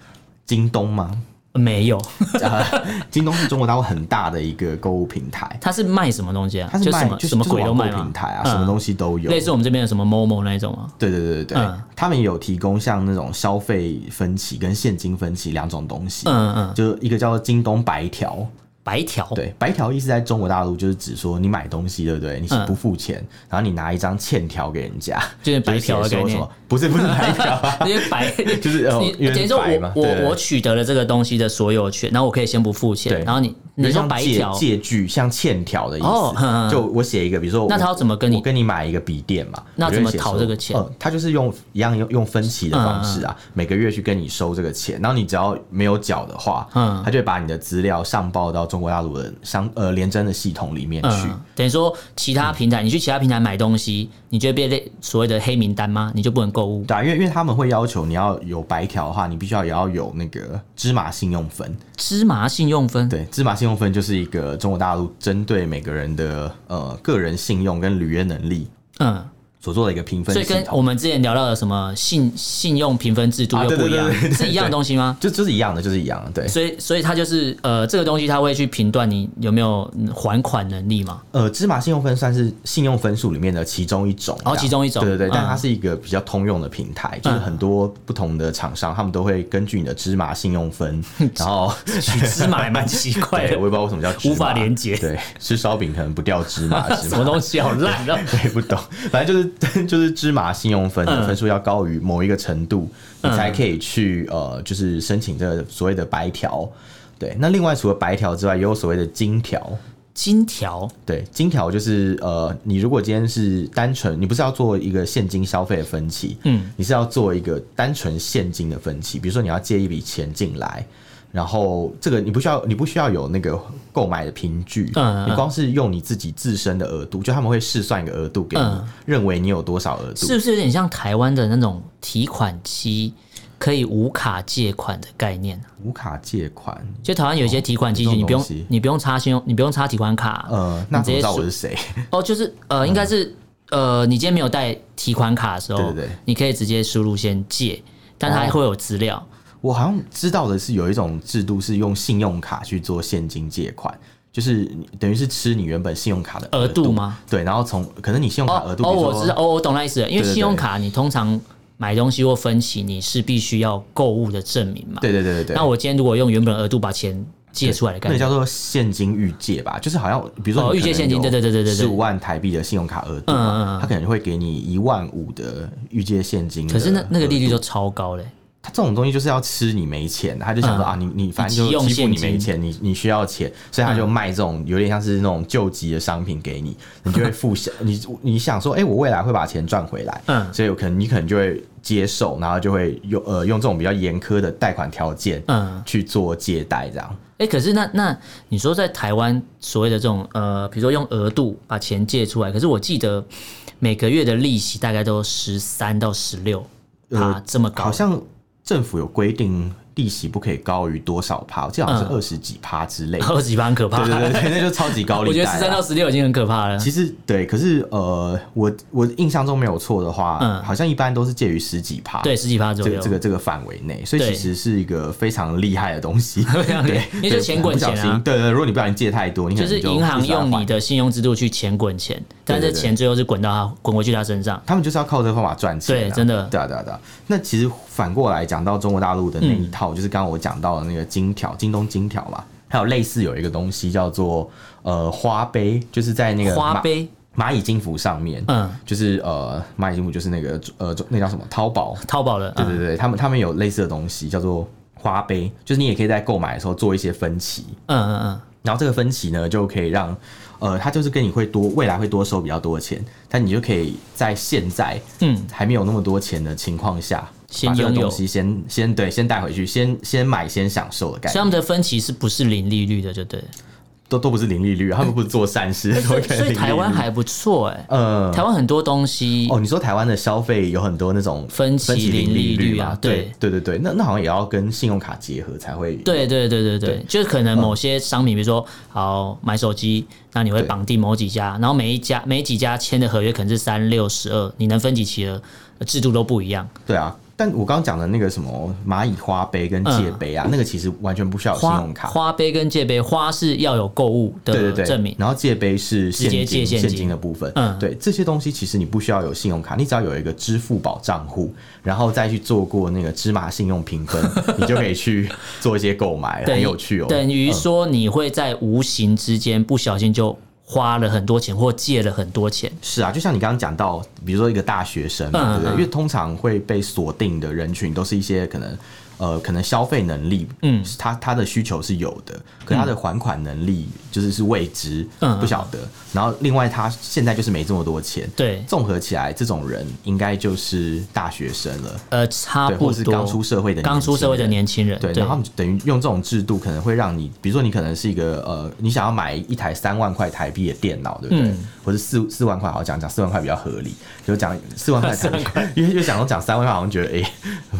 Speaker 2: 京东吗？
Speaker 1: 没有，
Speaker 2: 呃京东是中国大陆很大的一个购物平台，
Speaker 1: 它是卖什么东西啊？
Speaker 2: 它是
Speaker 1: 什
Speaker 2: 卖
Speaker 1: 么
Speaker 2: 就是
Speaker 1: 什么
Speaker 2: 就是
Speaker 1: 鬼都
Speaker 2: 网购
Speaker 1: 卖吗嗯
Speaker 2: 平台啊，什么东西都有，
Speaker 1: 类似我们这边的什么某某那一种吗？
Speaker 2: 对对对对对，
Speaker 1: 嗯
Speaker 2: 他们也有提供像那种消费分期跟现金分期两种东西，
Speaker 1: 嗯哦嗯，
Speaker 2: 就一个叫做京东白条，
Speaker 1: 白条。
Speaker 2: 对，白条意思在中国大陆就是指说你买东西对不
Speaker 1: 嗯
Speaker 2: 对？你是不付钱，然后你拿一张欠条给人家，
Speaker 1: 就是白条的
Speaker 2: 就是
Speaker 1: 概
Speaker 2: 写说什
Speaker 1: 念
Speaker 2: 么？不是不是白条啊，
Speaker 1: 因为白
Speaker 2: 就是呃
Speaker 1: 你
Speaker 2: 因为
Speaker 1: 等于说
Speaker 2: 白嘛
Speaker 1: 我
Speaker 2: 对对
Speaker 1: 我
Speaker 2: 对
Speaker 1: 我取得了这个东西的所有权，然后我可以先不付钱，
Speaker 2: 对
Speaker 1: 然后你你
Speaker 2: 有
Speaker 1: 说
Speaker 2: 像
Speaker 1: 白
Speaker 2: 借
Speaker 1: 条，
Speaker 2: 借据像欠条的意思，
Speaker 1: 哦哼哼
Speaker 2: 就我写一个，比如说我
Speaker 1: 那他要怎么跟你
Speaker 2: 我跟你买一个笔电嘛？
Speaker 1: 那
Speaker 2: 我就
Speaker 1: 怎么
Speaker 2: 会写
Speaker 1: 讨
Speaker 2: 说
Speaker 1: 这个钱嗯
Speaker 2: 呃他就是用一样用用分期的方式啊，每个月去跟你收这个钱，然后你只要没有缴的话，
Speaker 1: 嗯
Speaker 2: 他就会把你的资料上报到中国大陆的商呃联征的系统里面去。
Speaker 1: 嗯，等于说其他平台，你去其他平台买东西，你就会被类所谓的黑名单吗？你就不能购物？
Speaker 2: 对啊，因为因为他们会要求你要有白条的话，你必须要也要有那个芝麻信用分。
Speaker 1: 芝麻信用分，
Speaker 2: 对，芝麻信用分就是一个中国大陆针对每个人的呃个人信用跟履约能力
Speaker 1: 嗯，
Speaker 2: 所做的一个评分
Speaker 1: 所以
Speaker 2: 系
Speaker 1: 跟
Speaker 2: 统
Speaker 1: 我。们之前聊到的什么信信用评分制度
Speaker 2: 啊
Speaker 1: 又不一样，
Speaker 2: 对对对对对
Speaker 1: 是一样的东西吗？
Speaker 2: 就就是一样的，就是一样的，对。
Speaker 1: 所以，所以它就是呃，这个东西它会去评断你有没有嗯还款能力嘛？
Speaker 2: 呃，芝麻信用分算是信用分数里面的其中一种，
Speaker 1: 哦其中一种
Speaker 2: 对对对，但
Speaker 1: 嗯
Speaker 2: 它是一个比较通用的平台，就是很多不同的厂商，他们都会根据你的芝麻信用分，然后
Speaker 1: 取芝麻也蛮奇怪
Speaker 2: 对，
Speaker 1: 的
Speaker 2: 我也，不知道为什么叫芝麻
Speaker 1: 无法连结
Speaker 2: 对，吃烧饼可能不掉芝麻，芝
Speaker 1: 什么
Speaker 2: 麻。
Speaker 1: 东西好烂 啊！
Speaker 2: 我也不懂，反正就是 就是芝麻信用分
Speaker 1: 嗯
Speaker 2: 的分数要高于某一个程度，
Speaker 1: 嗯
Speaker 2: 你才可以去呃，就是申请这个所谓的白条。对，那另外除了白条之外，也有所谓的金条。
Speaker 1: 金条，
Speaker 2: 对，金条就是呃，你如果今天是单纯，你不是要做一个现金消费的分期，
Speaker 1: 嗯，
Speaker 2: 你是要做一个单纯现金的分期，比如说你要借一笔钱进来。然后这个你不需要，你不需要有那个购买的凭据，
Speaker 1: 嗯嗯
Speaker 2: 你光是用你自己自身的额度，就他们会试算一个额度给你，
Speaker 1: 嗯
Speaker 2: 认为你有多少额度
Speaker 1: 是。不是有点像台湾的那种提款机可以无卡借款的概念啊？
Speaker 2: 无卡借款，
Speaker 1: 就台湾有一些提款机，
Speaker 2: 哦
Speaker 1: 你
Speaker 2: 有这种
Speaker 1: 不用
Speaker 2: 东西
Speaker 1: 你不用插信用，你不用插提款卡啊、
Speaker 2: 呃，那
Speaker 1: 你直
Speaker 2: 怎么
Speaker 1: 接
Speaker 2: 知道我
Speaker 1: 输
Speaker 2: 是谁？
Speaker 1: 哦，就是
Speaker 2: 嗯
Speaker 1: 呃，应该是呃，你今天没有带提款卡的时候，
Speaker 2: 对对对
Speaker 1: 你可以直接输入先借，但它
Speaker 2: 哦
Speaker 1: 会有资料。
Speaker 2: 我好像知道的是有一种制度是用信用卡去做现金借款，就是你等于是吃你原本信用卡的
Speaker 1: 额度
Speaker 2: 度
Speaker 1: 吗？
Speaker 2: 对，然后从可能你信用卡额
Speaker 1: 哦
Speaker 2: 度，
Speaker 1: 哦，
Speaker 2: 比如
Speaker 1: 我
Speaker 2: 说
Speaker 1: 知道，哦，我懂那意思了，因为
Speaker 2: 对对对
Speaker 1: 信用卡你通常买东西或分期，你是必须要购物的证明嘛。
Speaker 2: 对对对对对，
Speaker 1: 那我今天如果用原本额度把钱借出来的概
Speaker 2: 那个
Speaker 1: 念，
Speaker 2: 叫做现金预借吧，就是好像比如
Speaker 1: 哦
Speaker 2: 说
Speaker 1: 预借现金对对对对对对
Speaker 2: 十五万台币的信用卡额度
Speaker 1: 嗯嗯
Speaker 2: 嘛
Speaker 1: 嗯，
Speaker 2: 他可能会给你一万五的预借现金的
Speaker 1: 可
Speaker 2: 额度，
Speaker 1: 是那那个利率都超高嘞、
Speaker 2: 他这种东西就是要吃你没钱，他就想说、
Speaker 1: 嗯
Speaker 2: 啊，你你反正
Speaker 1: 你急
Speaker 2: 就
Speaker 1: 用
Speaker 2: 欺负你
Speaker 1: 现嗯
Speaker 2: 没钱，你你需要钱，所以他就卖这种有点像是那种救急的商品给你，你就会付下你你想说，哎、我未来会把钱赚回来，
Speaker 1: 嗯
Speaker 2: 所以有可能你可能就会接受，然后就会用呃用这种比较严苛的贷款条件，
Speaker 1: 嗯
Speaker 2: 去做借贷这样。
Speaker 1: 哎、可是那那你说在台湾所谓的这种呃，比如说用额度把钱借出来，可是我记得每个月的利息大概都十三到十六
Speaker 2: 呃
Speaker 1: 啊，这么高，
Speaker 2: 好像政府有规定利息不可以高于多少趴，我记得好像
Speaker 1: 嗯
Speaker 2: 是二十几趴之类 的。
Speaker 1: 二十几趴很可怕。
Speaker 2: 对对对对，那就超级高利
Speaker 1: 我觉
Speaker 2: 贷啊
Speaker 1: 得
Speaker 2: 啦。
Speaker 1: 十三到十六已经很可怕了。
Speaker 2: 其实对，可是呃，我我印象中没有错的话，
Speaker 1: 嗯
Speaker 2: 好像一般都是介于十几趴，
Speaker 1: 对，十几趴左
Speaker 2: 这个
Speaker 1: 右。
Speaker 2: 这个这个范围内，所以
Speaker 1: 对
Speaker 2: 其实是一个非常厉害的东 西。
Speaker 1: 常厉
Speaker 2: 对
Speaker 1: 害，因为就
Speaker 2: 对
Speaker 1: 钱滚钱啊
Speaker 2: 不小心对对，如果你不小心借太多，你可
Speaker 1: 就
Speaker 2: 能
Speaker 1: 是银行
Speaker 2: 不需要
Speaker 1: 用
Speaker 2: 还
Speaker 1: 你，的信用制度去钱滚钱，但
Speaker 2: 对
Speaker 1: 是
Speaker 2: 对对
Speaker 1: 钱最后是滚到他滚回去他身上。
Speaker 2: 他们就是要靠这个方法赚钱、啊。
Speaker 1: 对真的
Speaker 2: 对啊对啊对啊。那其实反过来讲到中国大陆的那一套，就是刚刚我讲到的那个金条，京东金条嘛。还有类似有一个东西叫做呃花呗，就是在那个
Speaker 1: 花
Speaker 2: 蚂
Speaker 1: 呗，
Speaker 2: 蚂蚁金服上面，
Speaker 1: 嗯，
Speaker 2: 就是呃蚂蚁金服就是那个呃那叫什么淘宝
Speaker 1: 淘宝的，
Speaker 2: 对
Speaker 1: 嗯
Speaker 2: 对对，他们他们有类似的东西叫做花呗，就是你也可以在购买的时候做一些分期，
Speaker 1: 嗯嗯嗯，
Speaker 2: 然后这个分期呢就可以让呃，他就是跟你会多未来会多收比较多的钱，但你就可以在现在
Speaker 1: 嗯
Speaker 2: 还没有那么多钱的情况下，
Speaker 1: 先
Speaker 2: 把这个
Speaker 1: 拥有
Speaker 2: 东西先先对先带回去，先先买先享受的概
Speaker 1: 所以他
Speaker 2: 念，
Speaker 1: 们的分歧是不是零利率的，就对了。
Speaker 2: 都都不是零利率，他们不是做善事， 都
Speaker 1: 所以
Speaker 2: 可
Speaker 1: 所
Speaker 2: 零利
Speaker 1: 以
Speaker 2: 率
Speaker 1: 台湾还不错哎，
Speaker 2: 呃
Speaker 1: 台湾很多东西
Speaker 2: 哦，你说台湾的消费有很多那种
Speaker 1: 分期
Speaker 2: 期
Speaker 1: 零
Speaker 2: 零
Speaker 1: 利率
Speaker 2: 率
Speaker 1: 啊
Speaker 2: 嘛？对对对对，那那好像也要跟信用卡结合才会
Speaker 1: 对对对对对，就是可能某些商品，比如说好买手机，那你会
Speaker 2: 对
Speaker 1: 绑定某几家，然后每一家每几家签的合约可能是三六十二，你能分几期的制度都不一样。
Speaker 2: 对啊，但我刚刚讲的那个什么蚂蚁花呗跟借呗啊，那个其实完全不需要哦有信
Speaker 1: 花
Speaker 2: 用
Speaker 1: 嗯
Speaker 2: 卡。
Speaker 1: 花呗跟借呗，花是要有购物
Speaker 2: 对对
Speaker 1: 的
Speaker 2: 对，
Speaker 1: 证明，
Speaker 2: 然后借呗是
Speaker 1: 直
Speaker 2: 现
Speaker 1: 接
Speaker 2: 金
Speaker 1: 借现金
Speaker 2: 金的部分，
Speaker 1: 嗯
Speaker 2: 对这些东西其实你不需要有信用卡，你只要有一个支付宝账户，然后再去做过那个芝麻信用评 分，你就可以去做一些购买，
Speaker 1: 等
Speaker 2: 很
Speaker 1: 于
Speaker 2: 有趣哦。
Speaker 1: 等于说你会在无形之间不小心就花了很多钱或借了很多钱。
Speaker 2: 是啊，就像你刚刚讲到，比如说一个大学生
Speaker 1: 嗯
Speaker 2: 嘛，对不对？
Speaker 1: 嗯
Speaker 2: 因为通常会被锁定的人群都是一些可能。呃，可能消费能力，
Speaker 1: 嗯，
Speaker 2: 他他的需求是有的，可他的还款能力就是是未知，
Speaker 1: 嗯
Speaker 2: 不晓得。然后另外他现在就是没这么多钱，
Speaker 1: 对
Speaker 2: 综合起来，这种人应该就是大学生了，
Speaker 1: 呃，差
Speaker 2: 对，
Speaker 1: 不
Speaker 2: 或是
Speaker 1: 多。
Speaker 2: 刚出社会的
Speaker 1: 刚出社会的
Speaker 2: 年轻
Speaker 1: 年
Speaker 2: 人
Speaker 1: 轻人，
Speaker 2: 对，然后他们等于用这种制度，可能会让你，比如说你可能是一个呃，你想要买一台三万块台币的电脑，对不对？
Speaker 1: 嗯
Speaker 2: 或者四四万块，好讲讲四万块比较合理，就讲 四万块台币，因为就想说讲三万块，好像觉得哎、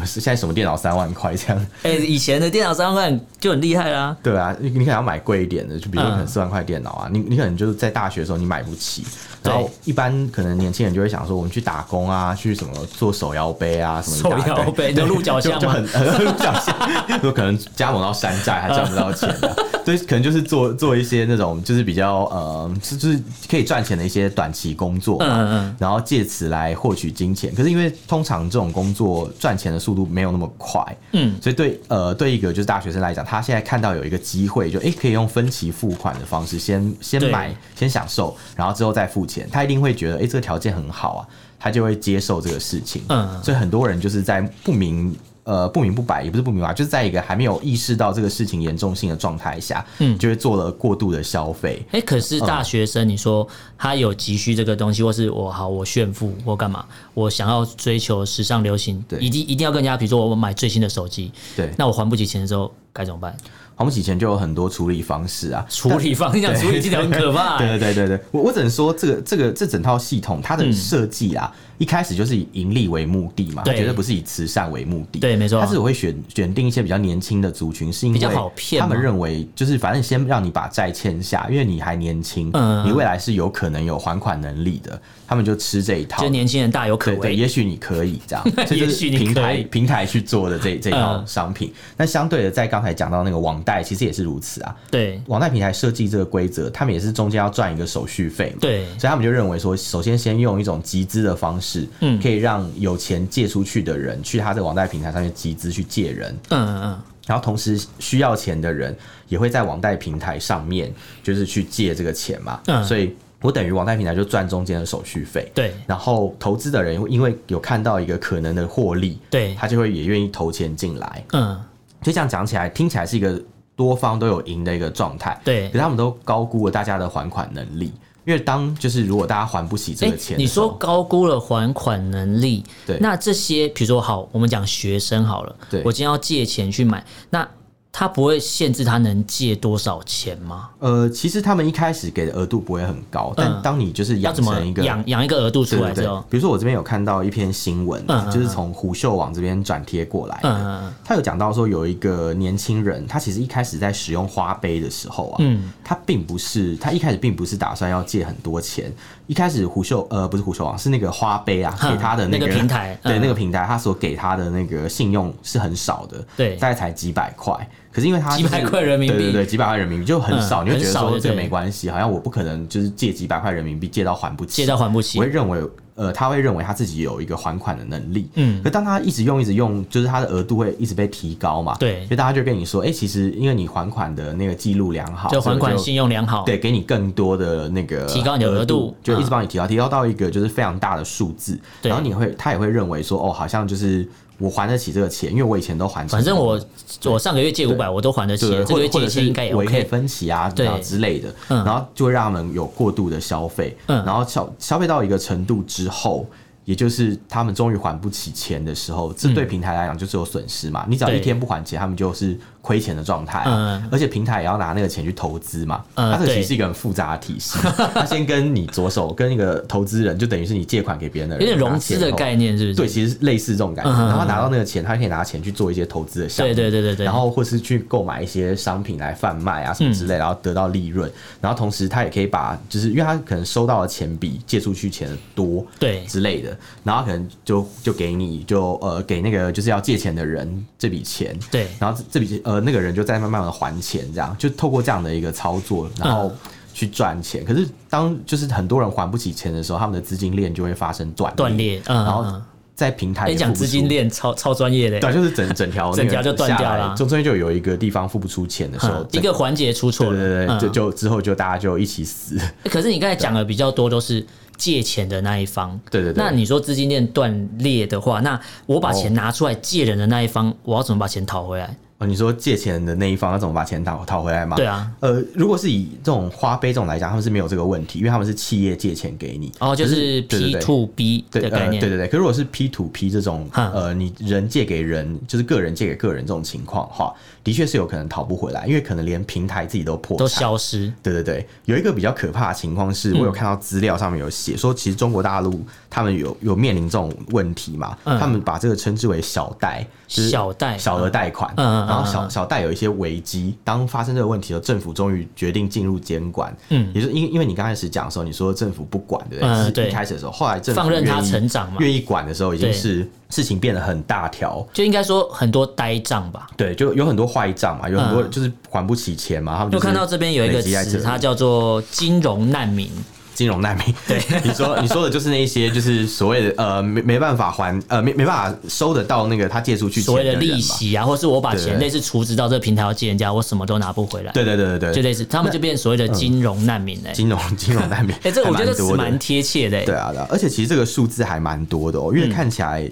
Speaker 2: 现在什么电脑三万块这样，
Speaker 1: 哎、以前的电脑三万就很厉害啦。
Speaker 2: 对啊，你你可能要买贵一点的，就比如说可能
Speaker 1: 嗯
Speaker 2: 四万块电脑啊，你你可能就是在大学的时候你买不起，然后一般可能年轻人就会想说，我们去打工啊，去什么做手摇杯啊，什么
Speaker 1: 手
Speaker 2: 一大堆
Speaker 1: 摇杯，你的鹿角
Speaker 2: 就
Speaker 1: 巷
Speaker 2: 就
Speaker 1: 吗
Speaker 2: 很？ 很鹿角巷，就可能加盟到山寨还赚不到钱 的，所以可能就是做做一些那种就是比较呃，是就是可以赚钱的一些短期工作
Speaker 1: 嗯
Speaker 2: 嘛，
Speaker 1: 嗯嗯
Speaker 2: 然后借此来获取金钱。可是因为通常这种工作赚钱的速度没有那么快，
Speaker 1: 嗯，
Speaker 2: 所以对呃对一个就是大学生来讲，他现在看到有一个机会，就诶可以用分期付款的方式先先
Speaker 1: 对
Speaker 2: 买先享受，然后之后再付钱，他一定会觉得诶这个条件很好啊，他就会接受这个事情。
Speaker 1: 嗯
Speaker 2: 所以很多人就是在不明。呃，不明不白也不是不明白，就是在一个还没有意识到这个事情严重性的状态下，
Speaker 1: 嗯
Speaker 2: 就会做了过度的消费，
Speaker 1: 哎、可是
Speaker 2: 嗯
Speaker 1: 大学生，你说他有急需这个东西，或是我好我炫富或干嘛，我想要追求时尚流行，
Speaker 2: 对
Speaker 1: 一定一定要跟人家，比如说我买最新的手机，
Speaker 2: 对
Speaker 1: 那我还不起钱的时候该怎么办？
Speaker 2: 还不起钱就有很多处理方式啊，
Speaker 1: 处理方式，你讲处理技巧很可怕、欸
Speaker 2: 对对对对对，我我只能说这个这个这整套系统它
Speaker 1: 嗯
Speaker 2: 的设计啊，一开始就是以盈利为目的嘛，它
Speaker 1: 对
Speaker 2: 绝对不是以慈善为目的。
Speaker 1: 对没错
Speaker 2: 它是会选选定一些比较年轻的族群，是因为
Speaker 1: 比较好骗
Speaker 2: 他们
Speaker 1: 吗
Speaker 2: 认为就是反正先让你把债欠下，因为你还年轻，
Speaker 1: 嗯
Speaker 2: 你未来是有可能有还款能力的，他们就吃这一套
Speaker 1: 就。年轻人大有可
Speaker 2: 对对，
Speaker 1: 为。
Speaker 2: 也许你可以 这样，所以就
Speaker 1: 也
Speaker 2: 是
Speaker 1: 许你
Speaker 2: 平
Speaker 1: 可
Speaker 2: 台
Speaker 1: 以
Speaker 2: 平台去做的这这套
Speaker 1: 嗯
Speaker 2: 商品。那相对的，在刚才讲到那个网贷，其实也是如此啊。
Speaker 1: 对
Speaker 2: 网贷平台设计这个规则，他们也是中间要赚一个手续费嘛，
Speaker 1: 对
Speaker 2: 所以他们就认为说，首先先用一种集资的方式，
Speaker 1: 嗯
Speaker 2: 可以让有钱借出去的人去他这个网贷平台上面集资去借人，
Speaker 1: 嗯嗯嗯，
Speaker 2: 然后同时需要钱的人也会在网贷平台上面就是去借这个钱嘛，
Speaker 1: 嗯
Speaker 2: 所以我等于网贷平台就赚中间的手续费，
Speaker 1: 对
Speaker 2: 然后投资的人因为有看到一个可能的获利，
Speaker 1: 对
Speaker 2: 他就会也愿意投钱进来，
Speaker 1: 嗯，
Speaker 2: 就这样讲起来，听起来是一个多方都有赢的一个状态。
Speaker 1: 对
Speaker 2: 可是他们都高估了大家的还款能力，因为当就是如果大家还不起这
Speaker 1: 哎、
Speaker 2: 个钱的
Speaker 1: 你
Speaker 2: 时候、
Speaker 1: 说高估了还款能力，
Speaker 2: 对
Speaker 1: 那这些比如说好，我们讲学生好了，
Speaker 2: 对
Speaker 1: 我今天要借钱去买，那它不会限制他能借多少钱吗？
Speaker 2: 呃，其实他们一开始给的额度不会很高，但当你就是
Speaker 1: 嗯要
Speaker 2: 养
Speaker 1: 怎么
Speaker 2: 成一个
Speaker 1: 养养一个额度
Speaker 2: 对
Speaker 1: 出来
Speaker 2: 对
Speaker 1: 之
Speaker 2: 对
Speaker 1: 后，，
Speaker 2: 比如说我这边有看到一篇新闻啊，
Speaker 1: 嗯嗯
Speaker 2: 就是从虎嗅网这边转贴过来的，
Speaker 1: 嗯嗯嗯
Speaker 2: 他有讲到说有一个年轻人，他其实一开始在使用花呗的时候啊，
Speaker 1: 嗯
Speaker 2: 他并不是他一开始并不是打算要借很多钱，一开始虎嗅呃不是虎嗅网是那个花呗啊
Speaker 1: 嗯
Speaker 2: 给他的
Speaker 1: 那
Speaker 2: 个
Speaker 1: 个平台
Speaker 2: 对
Speaker 1: 嗯
Speaker 2: 那个平台他所给他的那个信用是很少的，
Speaker 1: 对
Speaker 2: 大概才几百块。可是因为他
Speaker 1: 几百
Speaker 2: 就是
Speaker 1: 块人民币
Speaker 2: 对对对，几百块人民币就很少，
Speaker 1: 嗯
Speaker 2: 你会觉
Speaker 1: 很
Speaker 2: 得
Speaker 1: 少
Speaker 2: 说
Speaker 1: 就
Speaker 2: 这个
Speaker 1: 对
Speaker 2: 没关系，好像我不可能就是借几百块人民币借到还不起，
Speaker 1: 借到还不起
Speaker 2: 我会，认为，呃，他会认为他自己有一个还款的能力。
Speaker 1: 嗯
Speaker 2: 可当他一直用一直用，就是他的额度会一直被提高嘛。
Speaker 1: 对
Speaker 2: 所以大家就跟你说，哎、其实因为你还款的那个记录良好，
Speaker 1: 就还
Speaker 2: 所以
Speaker 1: 款
Speaker 2: 我
Speaker 1: 信用良好，
Speaker 2: 对，给你更多的那个
Speaker 1: 提高你的额度
Speaker 2: 就一直
Speaker 1: 嗯
Speaker 2: 帮你提高，提高到一个就是非常大的数字，
Speaker 1: 对
Speaker 2: 然后你会他也会认为说，哦，好像就是我还得起这个钱，因为我以前都还清
Speaker 1: 反正
Speaker 2: 了
Speaker 1: 我我上个月借五百，我都还得起，
Speaker 2: 对，
Speaker 1: 这
Speaker 2: 或
Speaker 1: 个月借
Speaker 2: 或者
Speaker 1: 一千
Speaker 2: 是
Speaker 1: 应该也
Speaker 2: 我可以
Speaker 1: OK。
Speaker 2: 分期啊，
Speaker 1: 对
Speaker 2: 然后之类的，
Speaker 1: 嗯
Speaker 2: 然后就会让他们有过度的消费，
Speaker 1: 嗯
Speaker 2: 然后消消费到一个程度之后。也就是他们终于还不起钱的时候，这对平台来讲就是有损失嘛。你只要一
Speaker 1: 对
Speaker 2: 天不还钱，他们就是亏钱的状态、啊。
Speaker 1: 嗯
Speaker 2: 而且平台也要拿那个钱去投资嘛。
Speaker 1: 嗯
Speaker 2: 它这个其
Speaker 1: 对
Speaker 2: 实是一个很复杂的体系。 它先跟你左手跟一个投资人，就等于是你借款给别人的人，
Speaker 1: 有点融资的
Speaker 2: 然后拿钱后哦
Speaker 1: 概念，是不是？
Speaker 2: 对，其实类似这种感
Speaker 1: 嗯
Speaker 2: 觉。
Speaker 1: 嗯嗯
Speaker 2: 然后他拿到那个钱，他可以拿钱去做一些投资的项目，
Speaker 1: 对对对对对
Speaker 2: 然后或是去购买一些商品来贩卖啊什么之类，然后得到利润。然后同时他也可以把，就是因为他可能收到的钱比借出去钱多，
Speaker 1: 对
Speaker 2: 之类的，然后他可能就就给你就呃给那个就是要借钱的人这笔钱，
Speaker 1: 对
Speaker 2: 然后这这笔钱呃那个人就再慢慢的还钱，这样就透过这样的一个操作，然后。去赚钱，可是当就是很多人还不起钱的时候，他们的资金链就会发生断
Speaker 1: 断裂嗯
Speaker 2: 然后
Speaker 1: 嗯嗯
Speaker 2: 在平台
Speaker 1: 哎，
Speaker 2: 也
Speaker 1: 你讲
Speaker 2: 付不
Speaker 1: 资金
Speaker 2: 出
Speaker 1: 链超超专业的，
Speaker 2: 对，就是整整条
Speaker 1: 整条就断掉了
Speaker 2: 中间就有一个地方付不出钱的时候
Speaker 1: 嗯，一个环节出
Speaker 2: 整
Speaker 1: 错
Speaker 2: 对
Speaker 1: 了，
Speaker 2: 对对，
Speaker 1: 嗯
Speaker 2: 就就之后就大家就一起 死，
Speaker 1: 可是你刚才讲的比较多都是借钱的那一方，
Speaker 2: 对对对
Speaker 1: 那你说资金链断裂的话，那我把钱拿出来借人的那一方，我要怎么把钱讨回来？
Speaker 2: 哦，你说借钱的那一方要怎么把钱讨讨回来吗？
Speaker 1: 对啊，
Speaker 2: 呃，如果是以这种花呗这种来讲，他们是没有这个问题，因为他们是企业借钱给你，
Speaker 1: 哦，就
Speaker 2: 可
Speaker 1: 是
Speaker 2: 对
Speaker 1: P
Speaker 2: 对对
Speaker 1: to B
Speaker 2: 对
Speaker 1: 的概
Speaker 2: 呃，
Speaker 1: 念，嗯
Speaker 2: 对对对。可如果是 P to P 这种，
Speaker 1: 哈
Speaker 2: 呃，你人借给人，就是个人借给个人这种情况的话，的确是有可能讨不回来，因为可能连平台自己都破
Speaker 1: 都
Speaker 2: 产。
Speaker 1: 消失。
Speaker 2: 对对对，有一个比较可怕的情况
Speaker 1: 嗯
Speaker 2: 是，我有看到资料上面有写说，其实中国大陆他们有有面临这种问题嘛，
Speaker 1: 嗯
Speaker 2: 他们把这个称之为小贷，就是
Speaker 1: 小贷
Speaker 2: 小额贷款，
Speaker 1: 嗯嗯嗯
Speaker 2: 然后
Speaker 1: 嗯
Speaker 2: 小
Speaker 1: 嗯
Speaker 2: 小贷有一些危机，当发生这个问题的时候，政府终于决定进入监管，
Speaker 1: 嗯
Speaker 2: 也就是因因为你刚开始讲的时候，你说政府不管，对不对？
Speaker 1: 嗯
Speaker 2: 是
Speaker 1: 对
Speaker 2: 一开始的时候，后来政府
Speaker 1: 放任它
Speaker 2: 愿意
Speaker 1: 成长嘛
Speaker 2: 愿意管的时候，已经
Speaker 1: 对
Speaker 2: 是事情变得很大条，
Speaker 1: 就应该说很多呆账吧。
Speaker 2: 对，就有很多坏账嘛，有很多
Speaker 1: 嗯
Speaker 2: 就是还不起钱嘛，他们
Speaker 1: 就
Speaker 2: 就
Speaker 1: 看
Speaker 2: 是
Speaker 1: 到这边有一
Speaker 2: 累
Speaker 1: 个
Speaker 2: 积在这
Speaker 1: 词，
Speaker 2: 里
Speaker 1: 它叫做金融难民。
Speaker 2: 金融 难民。对， 你说你说的就是那一些就是所谓的呃没没办法还呃没没办法收得到那个他借出去
Speaker 1: 所谓
Speaker 2: 钱
Speaker 1: 的
Speaker 2: 人嘛
Speaker 1: 利。息啊，或是我把
Speaker 2: 对
Speaker 1: 钱
Speaker 2: 对
Speaker 1: 类似储值到这个平台要借人家，我什么都拿不回来，
Speaker 2: 对对嗯对对
Speaker 1: 就
Speaker 2: 对，
Speaker 1: 类似他们就变成所谓的金融难民哎、欸。
Speaker 2: 金融金融难民
Speaker 1: 。哎、这个我觉得
Speaker 2: 还
Speaker 1: 是
Speaker 2: 多的
Speaker 1: 蛮贴切的、欸。
Speaker 2: 对啊对啊，而且其实这个数字还蛮多的哦，
Speaker 1: 嗯
Speaker 2: 因为看起来。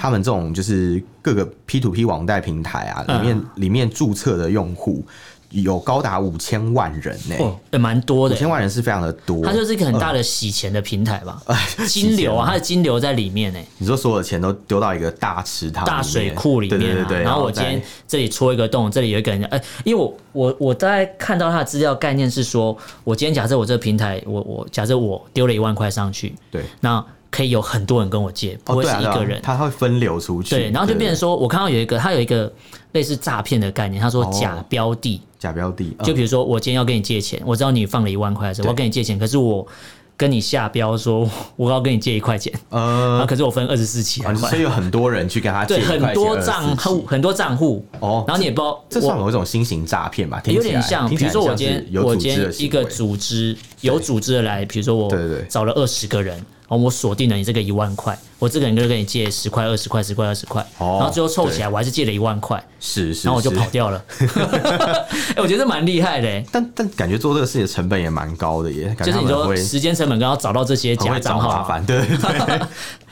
Speaker 2: 他们这种就是各个 P to P 网贷平台啊，
Speaker 1: 嗯
Speaker 2: 里面、里面注册的用户有高达五千万人呢、
Speaker 1: 哦，也蛮多
Speaker 2: 五
Speaker 1: 的、
Speaker 2: 千、
Speaker 1: 欸。
Speaker 2: 万人是非常的多。
Speaker 1: 它就是一个很大的洗钱的平台吧，
Speaker 2: 嗯
Speaker 1: 金流啊，它的金流在里面哎、
Speaker 2: 你说所有的钱都丢到一个大池塘、
Speaker 1: 大水库里面、啊，
Speaker 2: 对对对对。
Speaker 1: 然后我今
Speaker 2: 再
Speaker 1: 天这里戳一个洞，这里有一个人，哎、因为我我我大概看到他的资料概念是说，我今天假设我这个平台，我我假设我丢了一万块上去，
Speaker 2: 对
Speaker 1: 那可以有很多人跟我借，不
Speaker 2: 哦，
Speaker 1: 会
Speaker 2: 对
Speaker 1: 是
Speaker 2: 啊，
Speaker 1: 一
Speaker 2: 对啊
Speaker 1: 个人。
Speaker 2: 它会分流出去，
Speaker 1: 对，然后就变成
Speaker 2: 对
Speaker 1: 说，我看到有一个，他有一个类似诈骗的概念，他说
Speaker 2: 哦
Speaker 1: 假标的，
Speaker 2: 假标的，
Speaker 1: 就
Speaker 2: 嗯
Speaker 1: 比如说我今天要跟你借钱，我知道你放了一万块，我要跟你借钱，可是我跟你下标说我要跟你借一块钱，然
Speaker 2: 呃
Speaker 1: 后，可是我分二十四期还
Speaker 2: 啊所
Speaker 1: 款，
Speaker 2: 以有很多人去跟他借
Speaker 1: 对，
Speaker 2: 一
Speaker 1: 很
Speaker 2: 块钱
Speaker 1: 多
Speaker 2: 24
Speaker 1: 账户，很多账户，
Speaker 2: 哦
Speaker 1: 然后你也不知道
Speaker 2: 这算
Speaker 1: 我。
Speaker 2: 某一种新型诈骗吧？听
Speaker 1: 有
Speaker 2: 起
Speaker 1: 点
Speaker 2: 来
Speaker 1: 像，
Speaker 2: 听
Speaker 1: 比
Speaker 2: 起
Speaker 1: 如
Speaker 2: 来
Speaker 1: 说我
Speaker 2: 像
Speaker 1: 今天
Speaker 2: 是有
Speaker 1: 我
Speaker 2: 组
Speaker 1: 今
Speaker 2: 织
Speaker 1: 天
Speaker 2: 的行
Speaker 1: 一个
Speaker 2: 为
Speaker 1: 组织有组织的来，比如说我
Speaker 2: 对对对
Speaker 1: 找了二十个人，然后我锁定了你这个一万块，我这个人就跟你借十块、二十块、十块、二十块，
Speaker 2: 哦
Speaker 1: 然后最后凑起
Speaker 2: 对
Speaker 1: 来我还是借了一万块，
Speaker 2: 是是，
Speaker 1: 然后我就是跑。掉了。 哎、我觉得蛮厉害的、欸，
Speaker 2: 但但感觉做这个事的成本也蛮高的耶，感
Speaker 1: 就是
Speaker 2: 觉他
Speaker 1: 你
Speaker 2: 们
Speaker 1: 说
Speaker 2: 会
Speaker 1: 时间成本，刚要找到这些
Speaker 2: 很
Speaker 1: 假
Speaker 2: 会找
Speaker 1: 账号
Speaker 2: 麻
Speaker 1: 啊。
Speaker 2: 烦，对对对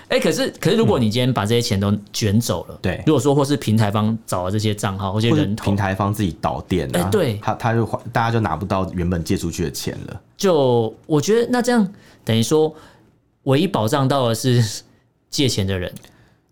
Speaker 1: 哎、可是可是，如果你今天把这些钱都卷走了，
Speaker 2: 对
Speaker 1: 如果说或是平台方找了这些账号或些
Speaker 2: 或者
Speaker 1: 人头
Speaker 2: 平，台方自己倒店啊，
Speaker 1: 哎对
Speaker 2: 他他就还大家就拿不到原本借出去的钱了。
Speaker 1: 就我觉得那这样等于说，唯一保障到的是借钱的人，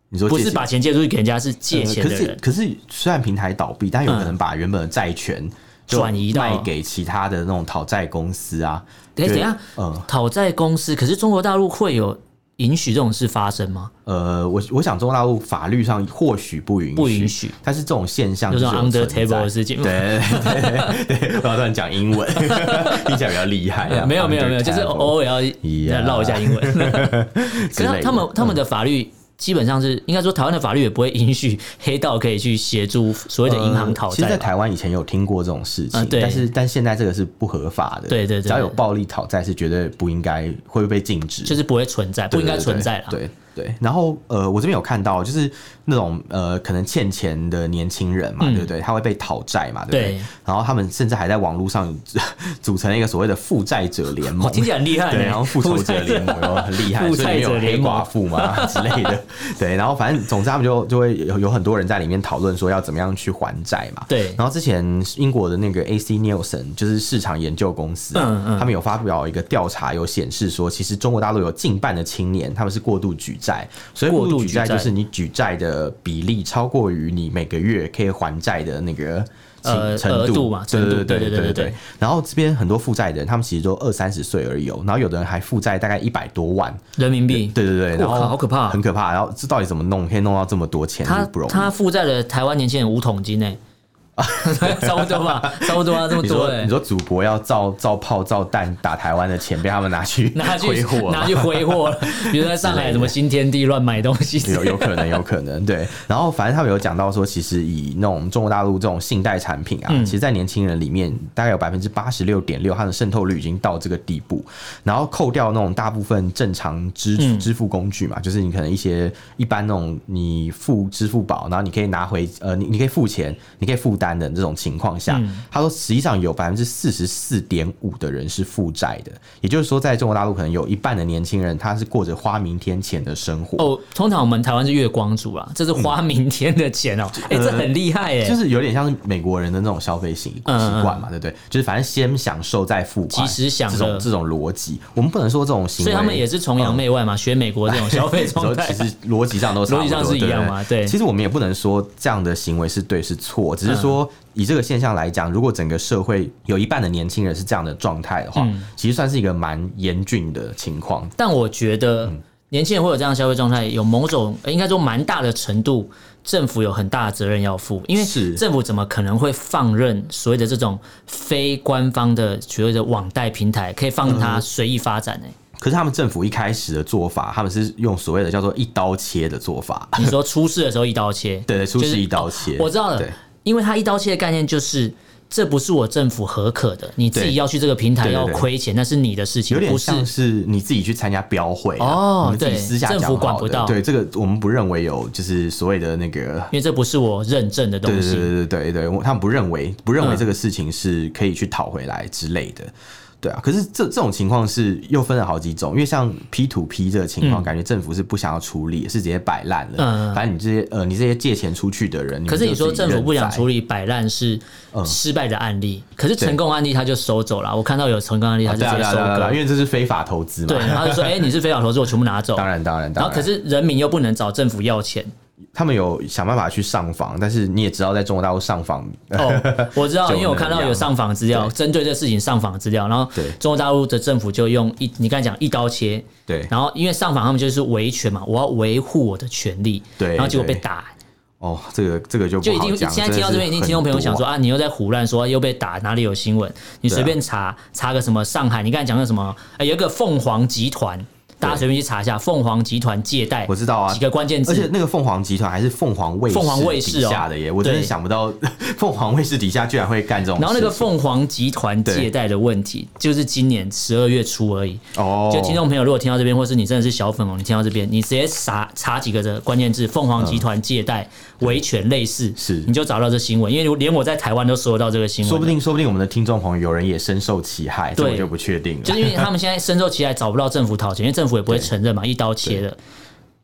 Speaker 2: 你说
Speaker 1: 不
Speaker 2: 借
Speaker 1: 是
Speaker 2: 钱
Speaker 1: 把钱借出去给人家，是借钱
Speaker 2: 呃可
Speaker 1: 的
Speaker 2: 是
Speaker 1: 人。嗯
Speaker 2: 可是虽然平台倒闭，但有可能把原本的债权就
Speaker 1: 转移到
Speaker 2: 卖给其他的那种讨债公司啊。
Speaker 1: 哎，
Speaker 2: 就
Speaker 1: 等一下，
Speaker 2: 呃
Speaker 1: 讨债公司，可是中国大陆会有允许这种事发生吗？
Speaker 2: 呃，我我想中国大陆法律上或许不允许，
Speaker 1: 不允许，
Speaker 2: 啊但是这种现象
Speaker 1: 就是这种 under
Speaker 2: 有存
Speaker 1: table
Speaker 2: 在
Speaker 1: 的事情吗
Speaker 2: 对 对对对，我要突然讲英文， 听起来比较厉害 啊。
Speaker 1: 没有没有没有，就是哦
Speaker 2: undertable
Speaker 1: 偶尔要
Speaker 2: 呀
Speaker 1: 再绕一下 英文。
Speaker 2: 之
Speaker 1: 可
Speaker 2: 类
Speaker 1: 是
Speaker 2: 的
Speaker 1: 他们他们的法律基本上是，应该说台湾的法律也不会允许黑道可以去协助所谓的银行
Speaker 2: 呃
Speaker 1: 讨
Speaker 2: 其实，在
Speaker 1: 债吧。
Speaker 2: 台湾以前有听过这种事情，
Speaker 1: 啊对
Speaker 2: 但是但现在这个是不合法的。
Speaker 1: 对对对
Speaker 2: 只要有暴力讨债是绝对不应该会被禁止的，
Speaker 1: 就是不会存在，不应该
Speaker 2: 对对
Speaker 1: 存在啦。
Speaker 2: 对对，然后呃，我这边有看到，就是那种呃，可能欠钱的年轻人嘛，
Speaker 1: 嗯
Speaker 2: 对不对？他会被讨债嘛，对不对？
Speaker 1: 对
Speaker 2: 然后他们甚至还在网络上组成了一个所谓的负债者联
Speaker 1: 我
Speaker 2: 盟。
Speaker 1: 哦听起来很厉害呢，
Speaker 2: 对，然后复仇者联
Speaker 1: 负债
Speaker 2: 盟有很厉害，
Speaker 1: 负
Speaker 2: 所以里
Speaker 1: 债
Speaker 2: 面有
Speaker 1: 者
Speaker 2: 黑
Speaker 1: 联
Speaker 2: 寡
Speaker 1: 盟
Speaker 2: 妇嘛之类的，对，然后反正总之他们就就会有有很多人在里面讨论说要怎么样去还债嘛，
Speaker 1: 对
Speaker 2: 然后之前英国的那个 AC Nielsen 就是市场研究公司啊、
Speaker 1: 嗯嗯
Speaker 2: 他们有发表一个调查，有显示说，其实中国大陆有近半的青年他们是过度举债，所以
Speaker 1: 过度
Speaker 2: 度举债
Speaker 1: 举债
Speaker 2: 就是你举债的比例超过于你每个月可以还债的那个。
Speaker 1: 呃
Speaker 2: 程
Speaker 1: 额
Speaker 2: 度
Speaker 1: 度嘛程度
Speaker 2: 对对
Speaker 1: 对对
Speaker 2: 对
Speaker 1: 对对
Speaker 2: 对。然后这边很多负债的人，他们其实都二三十岁而已哦，然后有的人还负债大概一百多万，
Speaker 1: 人民币。
Speaker 2: 对对对，
Speaker 1: 我
Speaker 2: 然后
Speaker 1: 靠好可怕啊
Speaker 2: 很可怕。然后这到底怎么弄，可以弄到这么多钱？
Speaker 1: 他
Speaker 2: 是不容易。
Speaker 1: 他负债了台湾年轻人五桶金 呢，差不多吧，差不多啊，这么
Speaker 2: 你
Speaker 1: 多
Speaker 2: 说
Speaker 1: 哎
Speaker 2: 你，说祖国要造造炮造弹打台湾的钱被他们拿去
Speaker 1: 拿去
Speaker 2: 挥霍啊
Speaker 1: 拿
Speaker 2: 了。
Speaker 1: 去挥霍了，比如在上海什么新天地乱买东西之类的，
Speaker 2: 有有可能，有可能对。然后反正他们有讲到说，其实以那种中国大陆这种信贷产品啊，其实，在年轻人里面，大概有百分之八十六点六，它的渗透率已经到这个地步。然后扣掉那种大部分正常支支付工具嘛，就是你可能一些一般那种你付支付宝，然后你可以拿回呃，你你可以付钱，你可以负担的这种情况下，他说实际上有百分之四十四点五的人是负债的，也就是说，在中国大陆可能有一半的年轻人他是过着花明天钱的生活。
Speaker 1: 哦，通常我们台湾是月光族啦，这是花明天的钱 哦、哎、这很厉害哎、
Speaker 2: 嗯呃就是有点像是美国人的那种消费习习
Speaker 1: 嗯
Speaker 2: 惯嘛，对不对？就是反正先享受再付款，
Speaker 1: 及时享
Speaker 2: 这
Speaker 1: 乐
Speaker 2: 种这种逻辑，我们不能说这种行
Speaker 1: 所
Speaker 2: 为，
Speaker 1: 以他们也是崇洋媚外嘛，学美国这种消费
Speaker 2: 你
Speaker 1: 状
Speaker 2: 说
Speaker 1: 态
Speaker 2: 哦其。实逻辑上都差不多
Speaker 1: 逻辑上是一样嘛
Speaker 2: 对
Speaker 1: 对
Speaker 2: 不
Speaker 1: 嗯
Speaker 2: 其实我们也不能说这样的行为是对是错，只是说以这个现象来讲，如果整个社会有一半的年轻人是这样的状态的话，
Speaker 1: 嗯
Speaker 2: 其实算是一个蛮严峻的情况。
Speaker 1: 但我觉得
Speaker 2: 嗯
Speaker 1: 年轻人会有这样的消费状态，有某种呃应该说蛮大的程度，政府有很大的责任要负，因为
Speaker 2: 是
Speaker 1: 政府怎么可能会放任所谓的这种非官方的所谓的网贷平台可以放任
Speaker 2: 嗯
Speaker 1: 它随意发展呢、
Speaker 2: 可是他们政府一开始的做法，他们是用所谓的叫做一刀切的做法，
Speaker 1: 你说出事的时候一刀切，
Speaker 2: 对对，出
Speaker 1: 就是哦
Speaker 2: 示一刀切，
Speaker 1: 我知道了
Speaker 2: 对，
Speaker 1: 因为他一刀切的概念就是。这不是我政府合可的，你自
Speaker 2: 对
Speaker 1: 己要去这个平台
Speaker 2: 对对
Speaker 1: 要
Speaker 2: 对
Speaker 1: 亏钱，那是你的事情
Speaker 2: 有，点
Speaker 1: 不是
Speaker 2: 像是你自己去参加标会啊
Speaker 1: 哦
Speaker 2: 你们自己
Speaker 1: 对
Speaker 2: 私下
Speaker 1: 政府
Speaker 2: 讲好
Speaker 1: 管不
Speaker 2: 的
Speaker 1: 到
Speaker 2: 对这个我们不认为有就是所谓的那个。
Speaker 1: 因为这不是我认证的
Speaker 2: 对
Speaker 1: 东
Speaker 2: 对
Speaker 1: 西。
Speaker 2: 对对对对，我他们不认为不认为
Speaker 1: 嗯
Speaker 2: 这个事情是可以去讨回来之类的，对啊。可是这这种情况是又分了好几种，因为像 P to P 这个情况，感觉政府是不想要处理，是直接摆烂了。
Speaker 1: 嗯嗯
Speaker 2: 反正你这些呃，你这些借钱出去的人，
Speaker 1: 可是你说政府不想处
Speaker 2: 理，
Speaker 1: 理摆烂是
Speaker 2: 嗯
Speaker 1: 失败的案例，可是成功案例他就收走了。我看到有成功案例，他就直
Speaker 2: 对啊
Speaker 1: 接
Speaker 2: 对啊
Speaker 1: 收
Speaker 2: 对啊对啊，因
Speaker 1: 割，
Speaker 2: 为这是非法投资嘛。
Speaker 1: 对，然后就说：“哎，你是非法投资，我全部拿走。”
Speaker 2: 当然当然当
Speaker 1: 然
Speaker 2: 然。
Speaker 1: 后可是人民又不能找政府要 钱。
Speaker 2: 他们有想办法去上访，但是你也知道，在中国大陆上访
Speaker 1: 哦，我知道，
Speaker 2: 就
Speaker 1: 因为我看
Speaker 2: 那
Speaker 1: 到
Speaker 2: 样
Speaker 1: 有上访资料，
Speaker 2: 对
Speaker 1: 针对这事情上访资料，然后
Speaker 2: 对
Speaker 1: 中国大陆的政府就用一，你刚才讲一刀切，
Speaker 2: 对
Speaker 1: 然后因为上访他们就是维权嘛，我要维护我的权利，
Speaker 2: 对
Speaker 1: 然后结果被
Speaker 2: 对
Speaker 1: 打，
Speaker 2: 哦，这个这个就
Speaker 1: 就
Speaker 2: 不
Speaker 1: 已
Speaker 2: 好
Speaker 1: 经
Speaker 2: 讲。
Speaker 1: 现在听到这边，已经听众朋友想说啊，你又在胡乱说，又被打，哪里有新闻？你
Speaker 2: 啊
Speaker 1: 随便查查个什么上海，你刚才讲个什么？哎，有一个凤凰集团，大家随便去查一下，凤凰集团借贷，
Speaker 2: 我知道啊
Speaker 1: 几个关键
Speaker 2: 而且
Speaker 1: 字。
Speaker 2: 那个凤凰集团还是凤凰卫视
Speaker 1: 凤凰卫视
Speaker 2: 底
Speaker 1: 哦
Speaker 2: 下的耶，我真的
Speaker 1: 对
Speaker 2: 想不到 凤凰卫视底下居然会干这种事情。
Speaker 1: 然后那个凤凰集团
Speaker 2: 对
Speaker 1: 借贷的问题，就是今年十二月初而已。
Speaker 2: 哦，
Speaker 1: 就听众朋友，如果听到这边，或是你真的是小粉红，你听到这边，你直接查查几个的关键字“凤凰集团借贷维权”类似，
Speaker 2: 是
Speaker 1: 你就找到这新闻，因为如连我在台湾都搜得到这个新闻，
Speaker 2: 说不定说不定我们的听众朋友有人也深受其害，这
Speaker 1: 对
Speaker 2: 我就不确定了
Speaker 1: 就。因为他们现在深受其害，找不到政府讨钱，因为政府也不会承认嘛，一刀切的。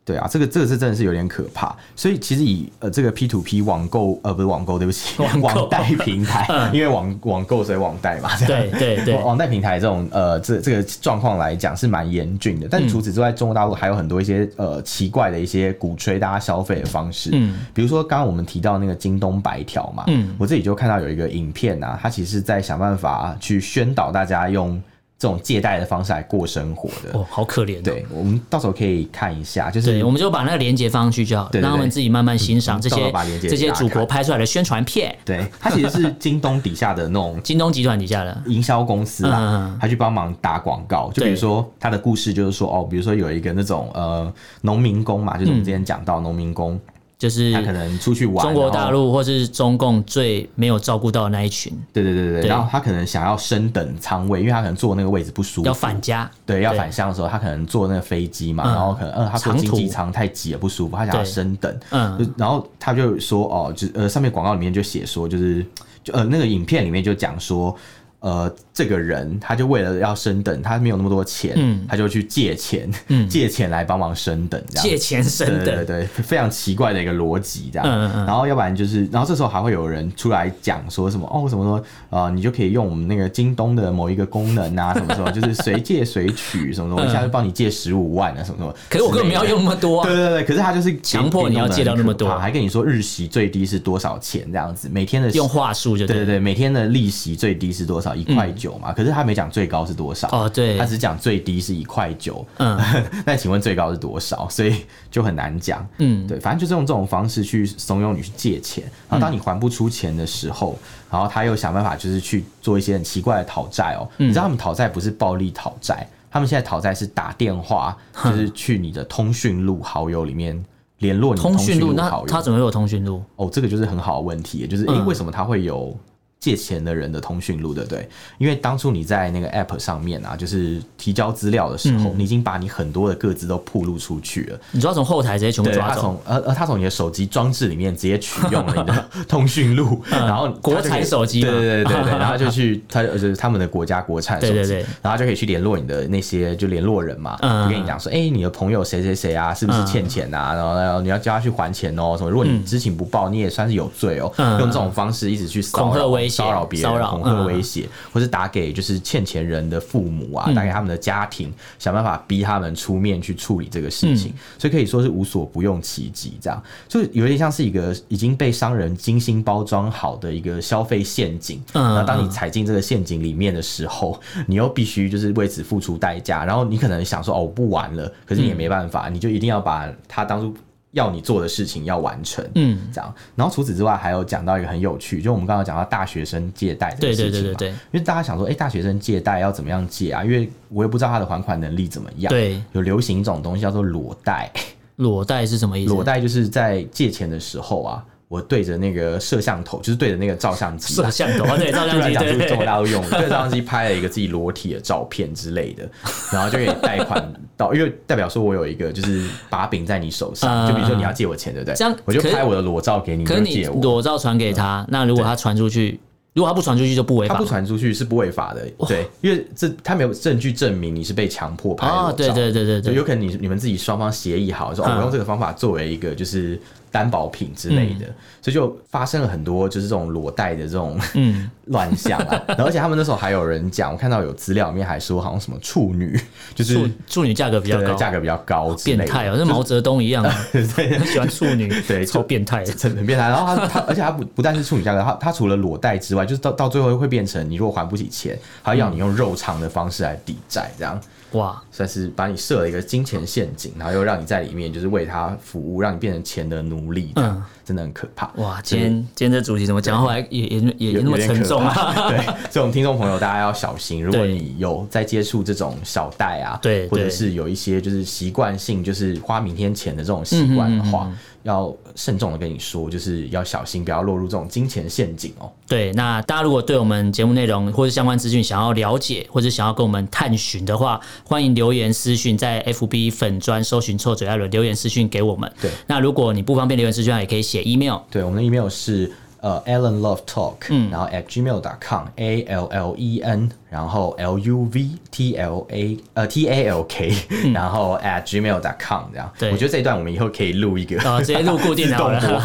Speaker 2: 对啊，这个这个是真的是有点可怕，所以其实以呃这个 P to P 网购呃不是网购，对不起，
Speaker 1: 网购 嗯
Speaker 2: 网贷平台，因为网网购所以网贷嘛，这样
Speaker 1: 对对 对
Speaker 2: 网网贷平台这种呃这这个状况来讲是蛮严峻的，
Speaker 1: 嗯
Speaker 2: 但除此之外，中国大陆还有很多一些呃奇怪的一些鼓吹大家消费的方式，
Speaker 1: 嗯，
Speaker 2: 比如说刚刚我们提到那个京东白条嘛，
Speaker 1: 嗯
Speaker 2: 我自己就看到有一个影片啊，它其实是在想办法去宣导大家用这种借贷的方式来过生活的，
Speaker 1: 哦，好可怜哦。
Speaker 2: 对，我们到时候可以看一下，就是
Speaker 1: 对，我们就把那个链接放上去就好，
Speaker 2: 对对对嗯
Speaker 1: 让他们自己慢慢欣赏这
Speaker 2: 到时
Speaker 1: 些
Speaker 2: 候把链接
Speaker 1: 这些
Speaker 2: 给大家
Speaker 1: 祖国
Speaker 2: 看
Speaker 1: 拍出来的宣传片，
Speaker 2: 对，它其实是京东底下的那种
Speaker 1: 京东集团底下的。
Speaker 2: 营销公司
Speaker 1: 嗯嗯
Speaker 2: 啊
Speaker 1: 嗯，
Speaker 2: 他去帮忙打广告。就比
Speaker 1: 对
Speaker 2: 如说他的故事就是说，哦，比如说有一个那种呃农民工嘛，就是我们之前讲到农民工，
Speaker 1: 就是
Speaker 2: 他可能出去
Speaker 1: 嗯
Speaker 2: 玩，哦
Speaker 1: 中国大
Speaker 2: 然后。
Speaker 1: 陆或是中共最没有照顾到的那一群，
Speaker 2: 对对对对
Speaker 1: 对
Speaker 2: 对，然后他可能想要升等仓位，因为他可能坐那个位置不舒服，
Speaker 1: 要返家。
Speaker 2: 对，要
Speaker 1: 对
Speaker 2: 返乡的时候，他可能坐那个飞机嘛，
Speaker 1: 嗯
Speaker 2: 然后可能嗯，他坐
Speaker 1: 长
Speaker 2: 经济
Speaker 1: 途
Speaker 2: 舱太挤了不舒服，他想要
Speaker 1: 对
Speaker 2: 升等，
Speaker 1: 嗯
Speaker 2: 就然后他就说哦，就呃上面广告里面就写说，就是就呃那个影片里面就讲说。呃，这个人他就为了要升等，他没有那么多钱，
Speaker 1: 嗯
Speaker 2: 他就去借钱， 借钱来帮忙升等，这样
Speaker 1: 借钱
Speaker 2: 对
Speaker 1: 生
Speaker 2: 对对
Speaker 1: 的，
Speaker 2: 对，非常奇怪的一个逻辑这
Speaker 1: 嗯
Speaker 2: 样。
Speaker 1: 嗯嗯
Speaker 2: 然后要不然就是，然后这时候还会有人出来讲说什么哦什么说呃，你就可以用我们那个京东的某一个功能啊什么什么，就是随借随取什么什么，我一下就帮你借十五万啊什么什么。
Speaker 1: 可是我根本没有。用那么多
Speaker 2: 对
Speaker 1: 啊。
Speaker 2: 对对，可是他就是
Speaker 1: 强迫你要借到那么多
Speaker 2: 给你弄得很可怕还跟你说日息最低是多少钱这样子，每天的
Speaker 1: 用话术就
Speaker 2: 对对
Speaker 1: 对。
Speaker 2: 对，每天的利息最低是多少？一块九嘛。可是他没讲最高是多少
Speaker 1: 哦对
Speaker 2: 他只讲最低是一块九。
Speaker 1: 嗯，
Speaker 2: 那请问最高是多少？所以就很难讲。
Speaker 1: 嗯
Speaker 2: 对，反正就是用这种方式去怂恿你去借钱，然后当你
Speaker 1: 嗯
Speaker 2: 还不出钱的时候，然后他又想办法就是去做一些很奇怪的讨债哦。你知
Speaker 1: 嗯
Speaker 2: 道他们讨债不是暴力讨债，他们现在讨债是打电话，就是去你的通讯录好友里面联络你的
Speaker 1: 通讯录，
Speaker 2: 录
Speaker 1: 那
Speaker 2: 好友。
Speaker 1: 他怎么会有通讯录？
Speaker 2: 哦，这个就是很好的问题，也就是诶、
Speaker 1: 嗯
Speaker 2: 为什么他会有借钱的人的通讯录，对不对？因为当初你在那个 App 上面啊，就是提交资料的时
Speaker 1: 嗯
Speaker 2: 候，你已经把你很多的个资都曝露出去了。
Speaker 1: 你知道从后台直接全部
Speaker 2: 对，
Speaker 1: 抓
Speaker 2: 他
Speaker 1: 走，
Speaker 2: 从呃呃，他从你的手机装置里面直接取用了你 的通讯录，然后
Speaker 1: 嗯国
Speaker 2: 他就可以
Speaker 1: 产手机嘛
Speaker 2: 对对对对 对，然后就去他就是他们的国家国产手机，
Speaker 1: 对对对
Speaker 2: 然后就可以去联络你的那些就联络人嘛，
Speaker 1: 嗯
Speaker 2: 就跟你讲说，哎、你的朋友谁谁谁啊，是不是欠钱啊？然后然后你要叫他去还钱哦，什么？如果你知情不报，你也算是有罪哦。
Speaker 1: 嗯
Speaker 2: 用这种方式一直去骚
Speaker 1: 恐吓
Speaker 2: 扰、
Speaker 1: 威胁
Speaker 2: 骚扰别人、
Speaker 1: 骚扰
Speaker 2: 恐
Speaker 1: 嗯
Speaker 2: 吓威胁，或是打给就是欠钱人的父母
Speaker 1: 嗯
Speaker 2: 啊，打给他们的家庭，想办法逼他们出面去处理这个事
Speaker 1: 嗯
Speaker 2: 情。所以可以说是无所不用其极，这样就有点像是一个已经被商人精心包装好的一个消费陷阱。
Speaker 1: 嗯
Speaker 2: 那
Speaker 1: 嗯
Speaker 2: 当你踩进这个陷阱里面的时候，你又必须就是为此付出代价。然后你可能想说哦，我不玩了，可是你也
Speaker 1: 嗯
Speaker 2: 没办法，你就一定要把他当初要你做的事情要完成。
Speaker 1: 嗯，
Speaker 2: 这样。然后除此之外，还有讲到一个很有趣，就我们刚刚讲到大学生借贷这
Speaker 1: 对
Speaker 2: 个
Speaker 1: 对
Speaker 2: 事情
Speaker 1: 对对
Speaker 2: 嘛
Speaker 1: 对
Speaker 2: 因为大家想说，哎、大学生借贷要怎么样借啊？因为我也不知道他的还款能力怎么样。
Speaker 1: 对，
Speaker 2: 有流行一种东西叫做裸贷，
Speaker 1: 裸贷是什么意思？
Speaker 2: 裸贷就是在借钱的时候啊，我对着那个摄像头，就是对着那个照相机啊、
Speaker 1: 摄像头啊， 对，照
Speaker 2: 突
Speaker 1: 相
Speaker 2: 然
Speaker 1: 机，
Speaker 2: 讲
Speaker 1: 对
Speaker 2: 出中国
Speaker 1: 对
Speaker 2: 大 陆用的，对照相机拍了一个自己裸体的照片之类的，然后就可以贷款到，因为代表说我有一个就是把柄在你手上，
Speaker 1: 嗯
Speaker 2: 就比如说你要借我钱，对不对？
Speaker 1: 这样
Speaker 2: 我就
Speaker 1: 可是
Speaker 2: 拍我的裸照给你，
Speaker 1: 可是
Speaker 2: 就
Speaker 1: 你
Speaker 2: 借我。
Speaker 1: 裸照传给他，那如果他传出去，如果他不传出去就不违
Speaker 2: 他
Speaker 1: 法
Speaker 2: 不。传出去是不违法的，对，因为这他没有证据证明你是被强迫拍裸
Speaker 1: 哦，
Speaker 2: 照，
Speaker 1: 对对对对
Speaker 2: 就
Speaker 1: 对
Speaker 2: 有，可能你你们自己双方协议好，说、哦
Speaker 1: 嗯
Speaker 2: 我用这个方法作为一个就是担保品之类的，所以就发生了很多就是这种裸贷的这种
Speaker 1: 嗯，
Speaker 2: 乱象 啊。然后而且他们那时候还有人讲，我看到有资料里面还说好像什么处女，就是
Speaker 1: 处处女价格比较
Speaker 2: 对
Speaker 1: 高，
Speaker 2: 价格比较高之类
Speaker 1: 变
Speaker 2: 的，
Speaker 1: 态哦，跟毛泽东一样啊， 喜欢处女，
Speaker 2: 对
Speaker 1: 超
Speaker 2: 就
Speaker 1: 变态的。
Speaker 2: 很很变态。然后他他，而且他不不但是处女价格，他他除了裸贷之外，就是到到最后会变成你如果还不起钱，还要你用肉偿的方式来抵债，这样
Speaker 1: 哇，
Speaker 2: 算是把你设了一个金钱陷阱，然后又让你在里面就是为他服务，让你变成钱的奴隶，这样、
Speaker 1: 嗯
Speaker 2: 真的很可怕。
Speaker 1: 哇，今天今天这主题怎么讲？后来也也也也
Speaker 2: 有
Speaker 1: 那么沉重啊。。
Speaker 2: 有点可怕 对，这种听众朋友大家要小心。如果
Speaker 1: 对
Speaker 2: 你有在接触这种小贷啊，
Speaker 1: 对
Speaker 2: 或者
Speaker 1: 对
Speaker 2: 是有一些就是习惯性就是花明天钱的这种习惯的
Speaker 1: 嗯
Speaker 2: 话，要慎重的跟你说，就是要小心，不要落入这种金钱陷阱哦。
Speaker 1: 对，那大家如果对我们节目内容或者相关资讯想要了解，或者想要跟我们探寻的话，欢迎留言私讯在 FB 粉专搜寻臭嘴艾伦留言私讯给我们。
Speaker 2: 对，
Speaker 1: 那如果你不方便留言私讯的话，也可以写 email。
Speaker 2: 对，我们的 email 是。呃 Alan Love Talk，、然
Speaker 1: 嗯
Speaker 2: 后 at gmail.com，A L L E N，然后 L U V T L A 呃 T A L K，、然后 at gmail.com 这样。
Speaker 1: 嗯对
Speaker 2: 我觉得这一段我们以后可以录一个
Speaker 1: 啊直接录固定
Speaker 2: 自
Speaker 1: 的
Speaker 2: 动
Speaker 1: 好了
Speaker 2: 播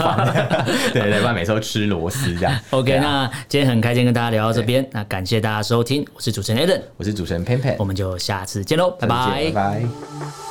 Speaker 2: 放，对对，不然每次都吃螺丝这样。
Speaker 1: OK，、
Speaker 2: 对啊
Speaker 1: 那今天很开心跟大家聊到这边，那感谢大家收听，我是主持人 a l a n
Speaker 2: 我是主持人 Pan Pan，
Speaker 1: 哦我们就下次见喽，拜
Speaker 2: 下次
Speaker 1: 拜
Speaker 2: 见拜。拜。